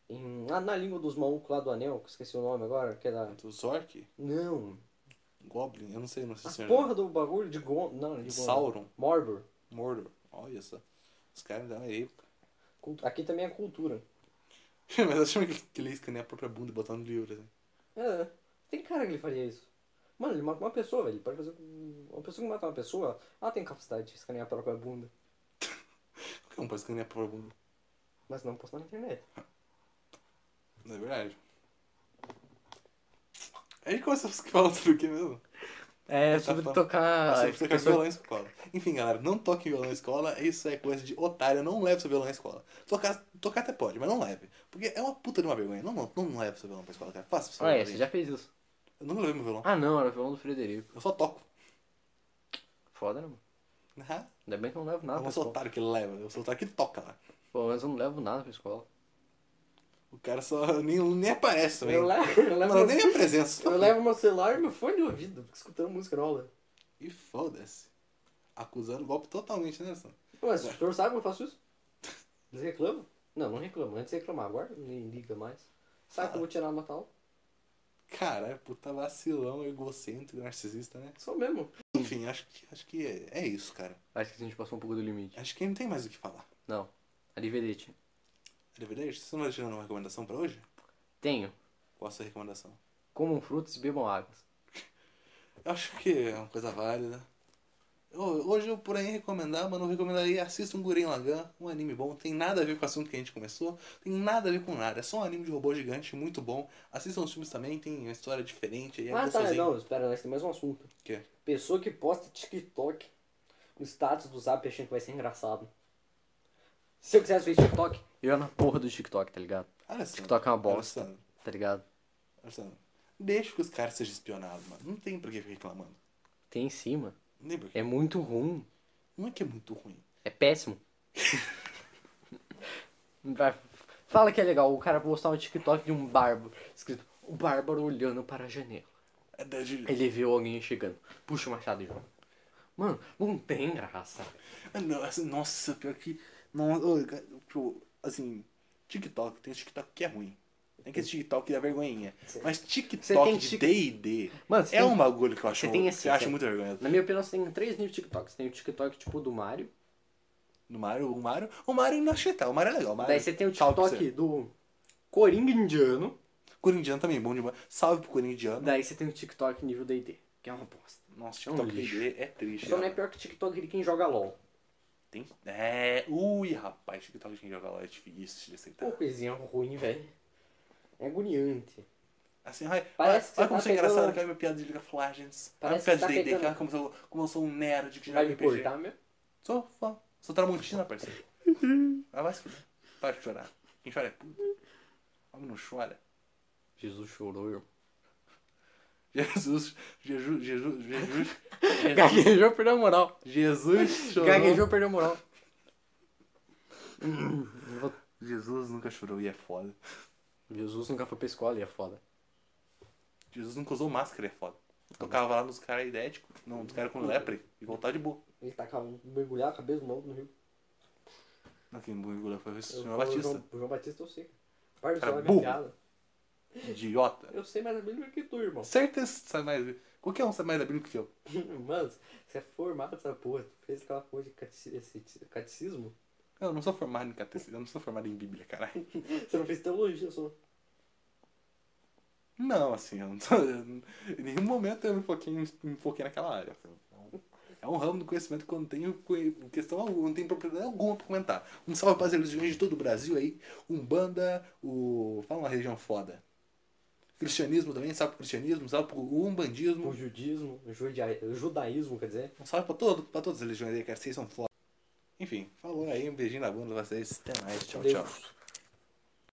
[SPEAKER 2] Em, lá na língua dos malucos lá do anel, que eu esqueci o nome agora, que é da...
[SPEAKER 1] Do Zork,
[SPEAKER 2] Não.
[SPEAKER 1] Goblin, eu não sei, não sei
[SPEAKER 2] A
[SPEAKER 1] se é
[SPEAKER 2] porra do bagulho de Gon... Não, de Gondor.
[SPEAKER 1] Sauron,
[SPEAKER 2] Mordor.
[SPEAKER 1] Mordor. Olha só. Os caras dão aí. [LAUGHS]
[SPEAKER 2] Cultu- Aqui também é cultura.
[SPEAKER 1] mas eu achava que, que ele ia escanear a própria bunda e botar no livro, assim.
[SPEAKER 2] É, tem cara que ele faria isso. Mano, ele mata uma pessoa, velho. Ele Pode fazer. com- Uma pessoa que mata uma pessoa, ela tem capacidade de escanear a própria bunda.
[SPEAKER 1] Qualquer um pode escanear a própria bunda.
[SPEAKER 2] Mas não postar na internet.
[SPEAKER 1] Não é verdade. A gente começa a falar sobre o que mesmo?
[SPEAKER 2] É, sobre
[SPEAKER 1] falando- tá
[SPEAKER 2] tocar.
[SPEAKER 1] Sobre tocar
[SPEAKER 2] pessoa-
[SPEAKER 1] violão na escola. Enfim, galera, não toque violão na escola, isso é coisa de otário, não leve seu violão na escola. Tocar, tocar até pode, mas não leve. Porque é uma puta de uma vergonha. Não, não, não leve seu violão pra escola, cara. Faça seu
[SPEAKER 2] Ah, é,
[SPEAKER 1] violão.
[SPEAKER 2] você
[SPEAKER 1] né, gente.
[SPEAKER 2] já fez isso.
[SPEAKER 1] Eu nunca levei meu violão.
[SPEAKER 2] Ah, não, era o violão do Frederico.
[SPEAKER 1] Eu só toco. [LAUGHS]
[SPEAKER 2] Foda, né, mano?
[SPEAKER 1] Ah,
[SPEAKER 2] Ainda bem que eu não levo nada
[SPEAKER 1] eu
[SPEAKER 2] pra
[SPEAKER 1] não sou
[SPEAKER 2] escola.
[SPEAKER 1] otário que leva, eu sou otário que toca lá.
[SPEAKER 2] Pelo menos eu não levo nada pra escola.
[SPEAKER 1] O cara só [LAUGHS] nem, nem aparece também.
[SPEAKER 2] Eu
[SPEAKER 1] Não,
[SPEAKER 2] levo, [LAUGHS] eu levo,
[SPEAKER 1] nem minha presença.
[SPEAKER 2] eu levo meu celular e meu fone de ouvido, fico escutando música na aula.
[SPEAKER 1] E foda-se. Acusando o golpe totalmente, né, Sam?
[SPEAKER 2] Pô, Mas o professor sabe que eu faço isso? Eles reclamam? Não, não reclamam. Antes de reclamar, agora nem liga mais. Sabe que eu vou tirar no Natal?
[SPEAKER 1] Caralho, é puta vacilão, egocêntrico, narcisista, né?
[SPEAKER 2] Sou mesmo.
[SPEAKER 1] Enfim, acho que, acho que é, é isso, cara.
[SPEAKER 2] Acho que a gente passou um pouco do limite.
[SPEAKER 1] Acho que não tem mais o que falar.
[SPEAKER 2] Não. Arrivederci.
[SPEAKER 1] Arrivederci, você não vai tirando uma recomendação pra hoje?
[SPEAKER 2] Tenho.
[SPEAKER 1] Qual a sua recomendação?
[SPEAKER 2] Comam frutos e bebam águas.
[SPEAKER 1] Eu acho que é uma coisa válida. Eu- hoje eu, porém, recomendar, mas não recomendaria. Assista um Guren Lagan, um anime bom. Tem nada a ver com o assunto que a gente começou. Tem nada a ver com nada. É só um anime de robô gigante muito bom. Assistam os filmes também, tem uma história diferente. aí É
[SPEAKER 2] ah, tá.
[SPEAKER 1] gostosinho.
[SPEAKER 2] Não, espera, nós temos mais um assunto.
[SPEAKER 1] Quê?
[SPEAKER 2] Pessoa que posta TikTok no status do Zap achando que vai ser engraçado. Se eu quisesse ver TikTok, eu ia na porra do TikTok, tá ligado?
[SPEAKER 1] Alessandro,
[SPEAKER 2] TikTok é uma bosta.
[SPEAKER 1] Alessandro,
[SPEAKER 2] Tá ligado?
[SPEAKER 1] Alessandro, deixa que os caras sejam espionados, mano. Não tem por que ficar reclamando.
[SPEAKER 2] Tem em cima.
[SPEAKER 1] Não tem por quê.
[SPEAKER 2] É muito ruim.
[SPEAKER 1] Não é que é muito ruim.
[SPEAKER 2] É péssimo. [LAUGHS] Vai, Fala que é legal o cara postar um TikTok de um bárbaro. Escrito, o bárbaro olhando para a janela.
[SPEAKER 1] É da- de-
[SPEAKER 2] Ele viu alguém chegando. Puxa o machado e joga. Mano, não tem graça.
[SPEAKER 1] Ah, não, assim, Nossa, pior que. Não, ô, cara, tipo, assim, TikTok, tem TikTok que é ruim. Tem que esse TikTok da vergonhinha. Mas
[SPEAKER 2] Você tem
[SPEAKER 1] TikTok de
[SPEAKER 2] tic-
[SPEAKER 1] DD
[SPEAKER 2] Mano, você
[SPEAKER 1] é
[SPEAKER 2] tem-
[SPEAKER 1] um bagulho que eu acho,
[SPEAKER 2] você tem esse-
[SPEAKER 1] que eu acho
[SPEAKER 2] você-
[SPEAKER 1] muito vergonhoso.
[SPEAKER 2] Na minha opinião, você tem três níveis de TikTok. Você tem o TikTok tipo do Mario.
[SPEAKER 1] No Mario, o Mario. O Mario não achei tal, o Mario é legal. o Mario,
[SPEAKER 2] Daí você tem o
[SPEAKER 1] salve pra
[SPEAKER 2] TikTok do Coringa Indiano.
[SPEAKER 1] você. Corindiano também, bom demais. Salve pro Corindiano.
[SPEAKER 2] Daí você tem o TikTok nível D&D, que é uma bosta.
[SPEAKER 1] Nossa,
[SPEAKER 2] É um
[SPEAKER 1] TikTok
[SPEAKER 2] lixo.
[SPEAKER 1] DD é triste.
[SPEAKER 2] Só não é
[SPEAKER 1] cara.
[SPEAKER 2] pior que TikTok de quem joga LOL.
[SPEAKER 1] Tem. É. Ui, rapaz, TikTok de jogar lá é difícil de aceitar.
[SPEAKER 2] Pô, coisinha ruim, velho. É agoniante.
[SPEAKER 1] Assim, ai,
[SPEAKER 2] Parece
[SPEAKER 1] olha,
[SPEAKER 2] que
[SPEAKER 1] olha
[SPEAKER 2] você
[SPEAKER 1] como
[SPEAKER 2] tá
[SPEAKER 1] sou engraçado,
[SPEAKER 2] pegando-
[SPEAKER 1] que é minha piada de League of Legends. Olha minha
[SPEAKER 2] Parece que
[SPEAKER 1] piada de
[SPEAKER 2] você tá
[SPEAKER 1] DD, que
[SPEAKER 2] pegando-
[SPEAKER 1] olha como, eu- como eu sou um nerd que
[SPEAKER 2] Vai
[SPEAKER 1] joga
[SPEAKER 2] me
[SPEAKER 1] RPG.
[SPEAKER 2] cortar mesmo?
[SPEAKER 1] Sou fã. Sou tramontina, parceiro.
[SPEAKER 2] [LAUGHS]
[SPEAKER 1] Ah, vai se fuder. Para de chorar. Quem chora é puto. Homem não chora.
[SPEAKER 2] Jesus chorou, irmão.
[SPEAKER 1] Jesus, Jesus, Jesus, Jesus,
[SPEAKER 2] [LAUGHS] Gaguejou, perdeu a moral. [LAUGHS]
[SPEAKER 1] Jesus chorou.
[SPEAKER 2] Gaguejou, perdeu a moral. Hum, eu vou-
[SPEAKER 1] Jesus nunca chorou e é foda.
[SPEAKER 2] Jesus nunca foi pra escola e é foda.
[SPEAKER 1] Jesus nunca usou máscara e é foda. Tocava lá nos caras idéticos, não, nos caras com lepre, e voltava de boa.
[SPEAKER 2] Ele tá mergulhar a cabeça do no rio.
[SPEAKER 1] Não, Quem mergulhou foi o
[SPEAKER 2] Eu
[SPEAKER 1] Senhor
[SPEAKER 2] falo,
[SPEAKER 1] Batista.
[SPEAKER 2] João, João Batista eu sei. Guarda
[SPEAKER 1] Cara,
[SPEAKER 2] só a minha
[SPEAKER 1] burro.
[SPEAKER 2] piada.
[SPEAKER 1] Idiota.
[SPEAKER 2] Eu sei mais a Bíblia que tu, irmão. [LAUGHS]
[SPEAKER 1] Certeza que você sabe mais. Qualquer um sabe mais da Bíblia que eu.
[SPEAKER 2] Mano, você é formado essa porra. Tu fez aquela porra de cate- esse- catecismo. [LAUGHS]
[SPEAKER 1] Eu não sou formado em catecismo, eu não sou formado em Bíblia, caralho.
[SPEAKER 2] Você não fez teologia só.
[SPEAKER 1] Não, assim, eu não tô, em nenhum momento eu me foquei, me foquei naquela área. assim. É um ramo do conhecimento que eu não tenho conhe- questão alguma, não tenho propriedade alguma pra comentar. Um salve para as religiões de todo o Brasil aí. Umbanda, o. Fala uma religião foda. Cristianismo também, salve pro cristianismo, salve pro
[SPEAKER 2] O
[SPEAKER 1] umbandismo.
[SPEAKER 2] judismo, o judia- o judaísmo, quer dizer.
[SPEAKER 1] Um salve pra, todo, pra todas as religiões aí, cara, vocês são foda. Enfim, falou aí, um beijinho na bunda de vocês. Até mais, tchau, tchau.
[SPEAKER 2] Deus.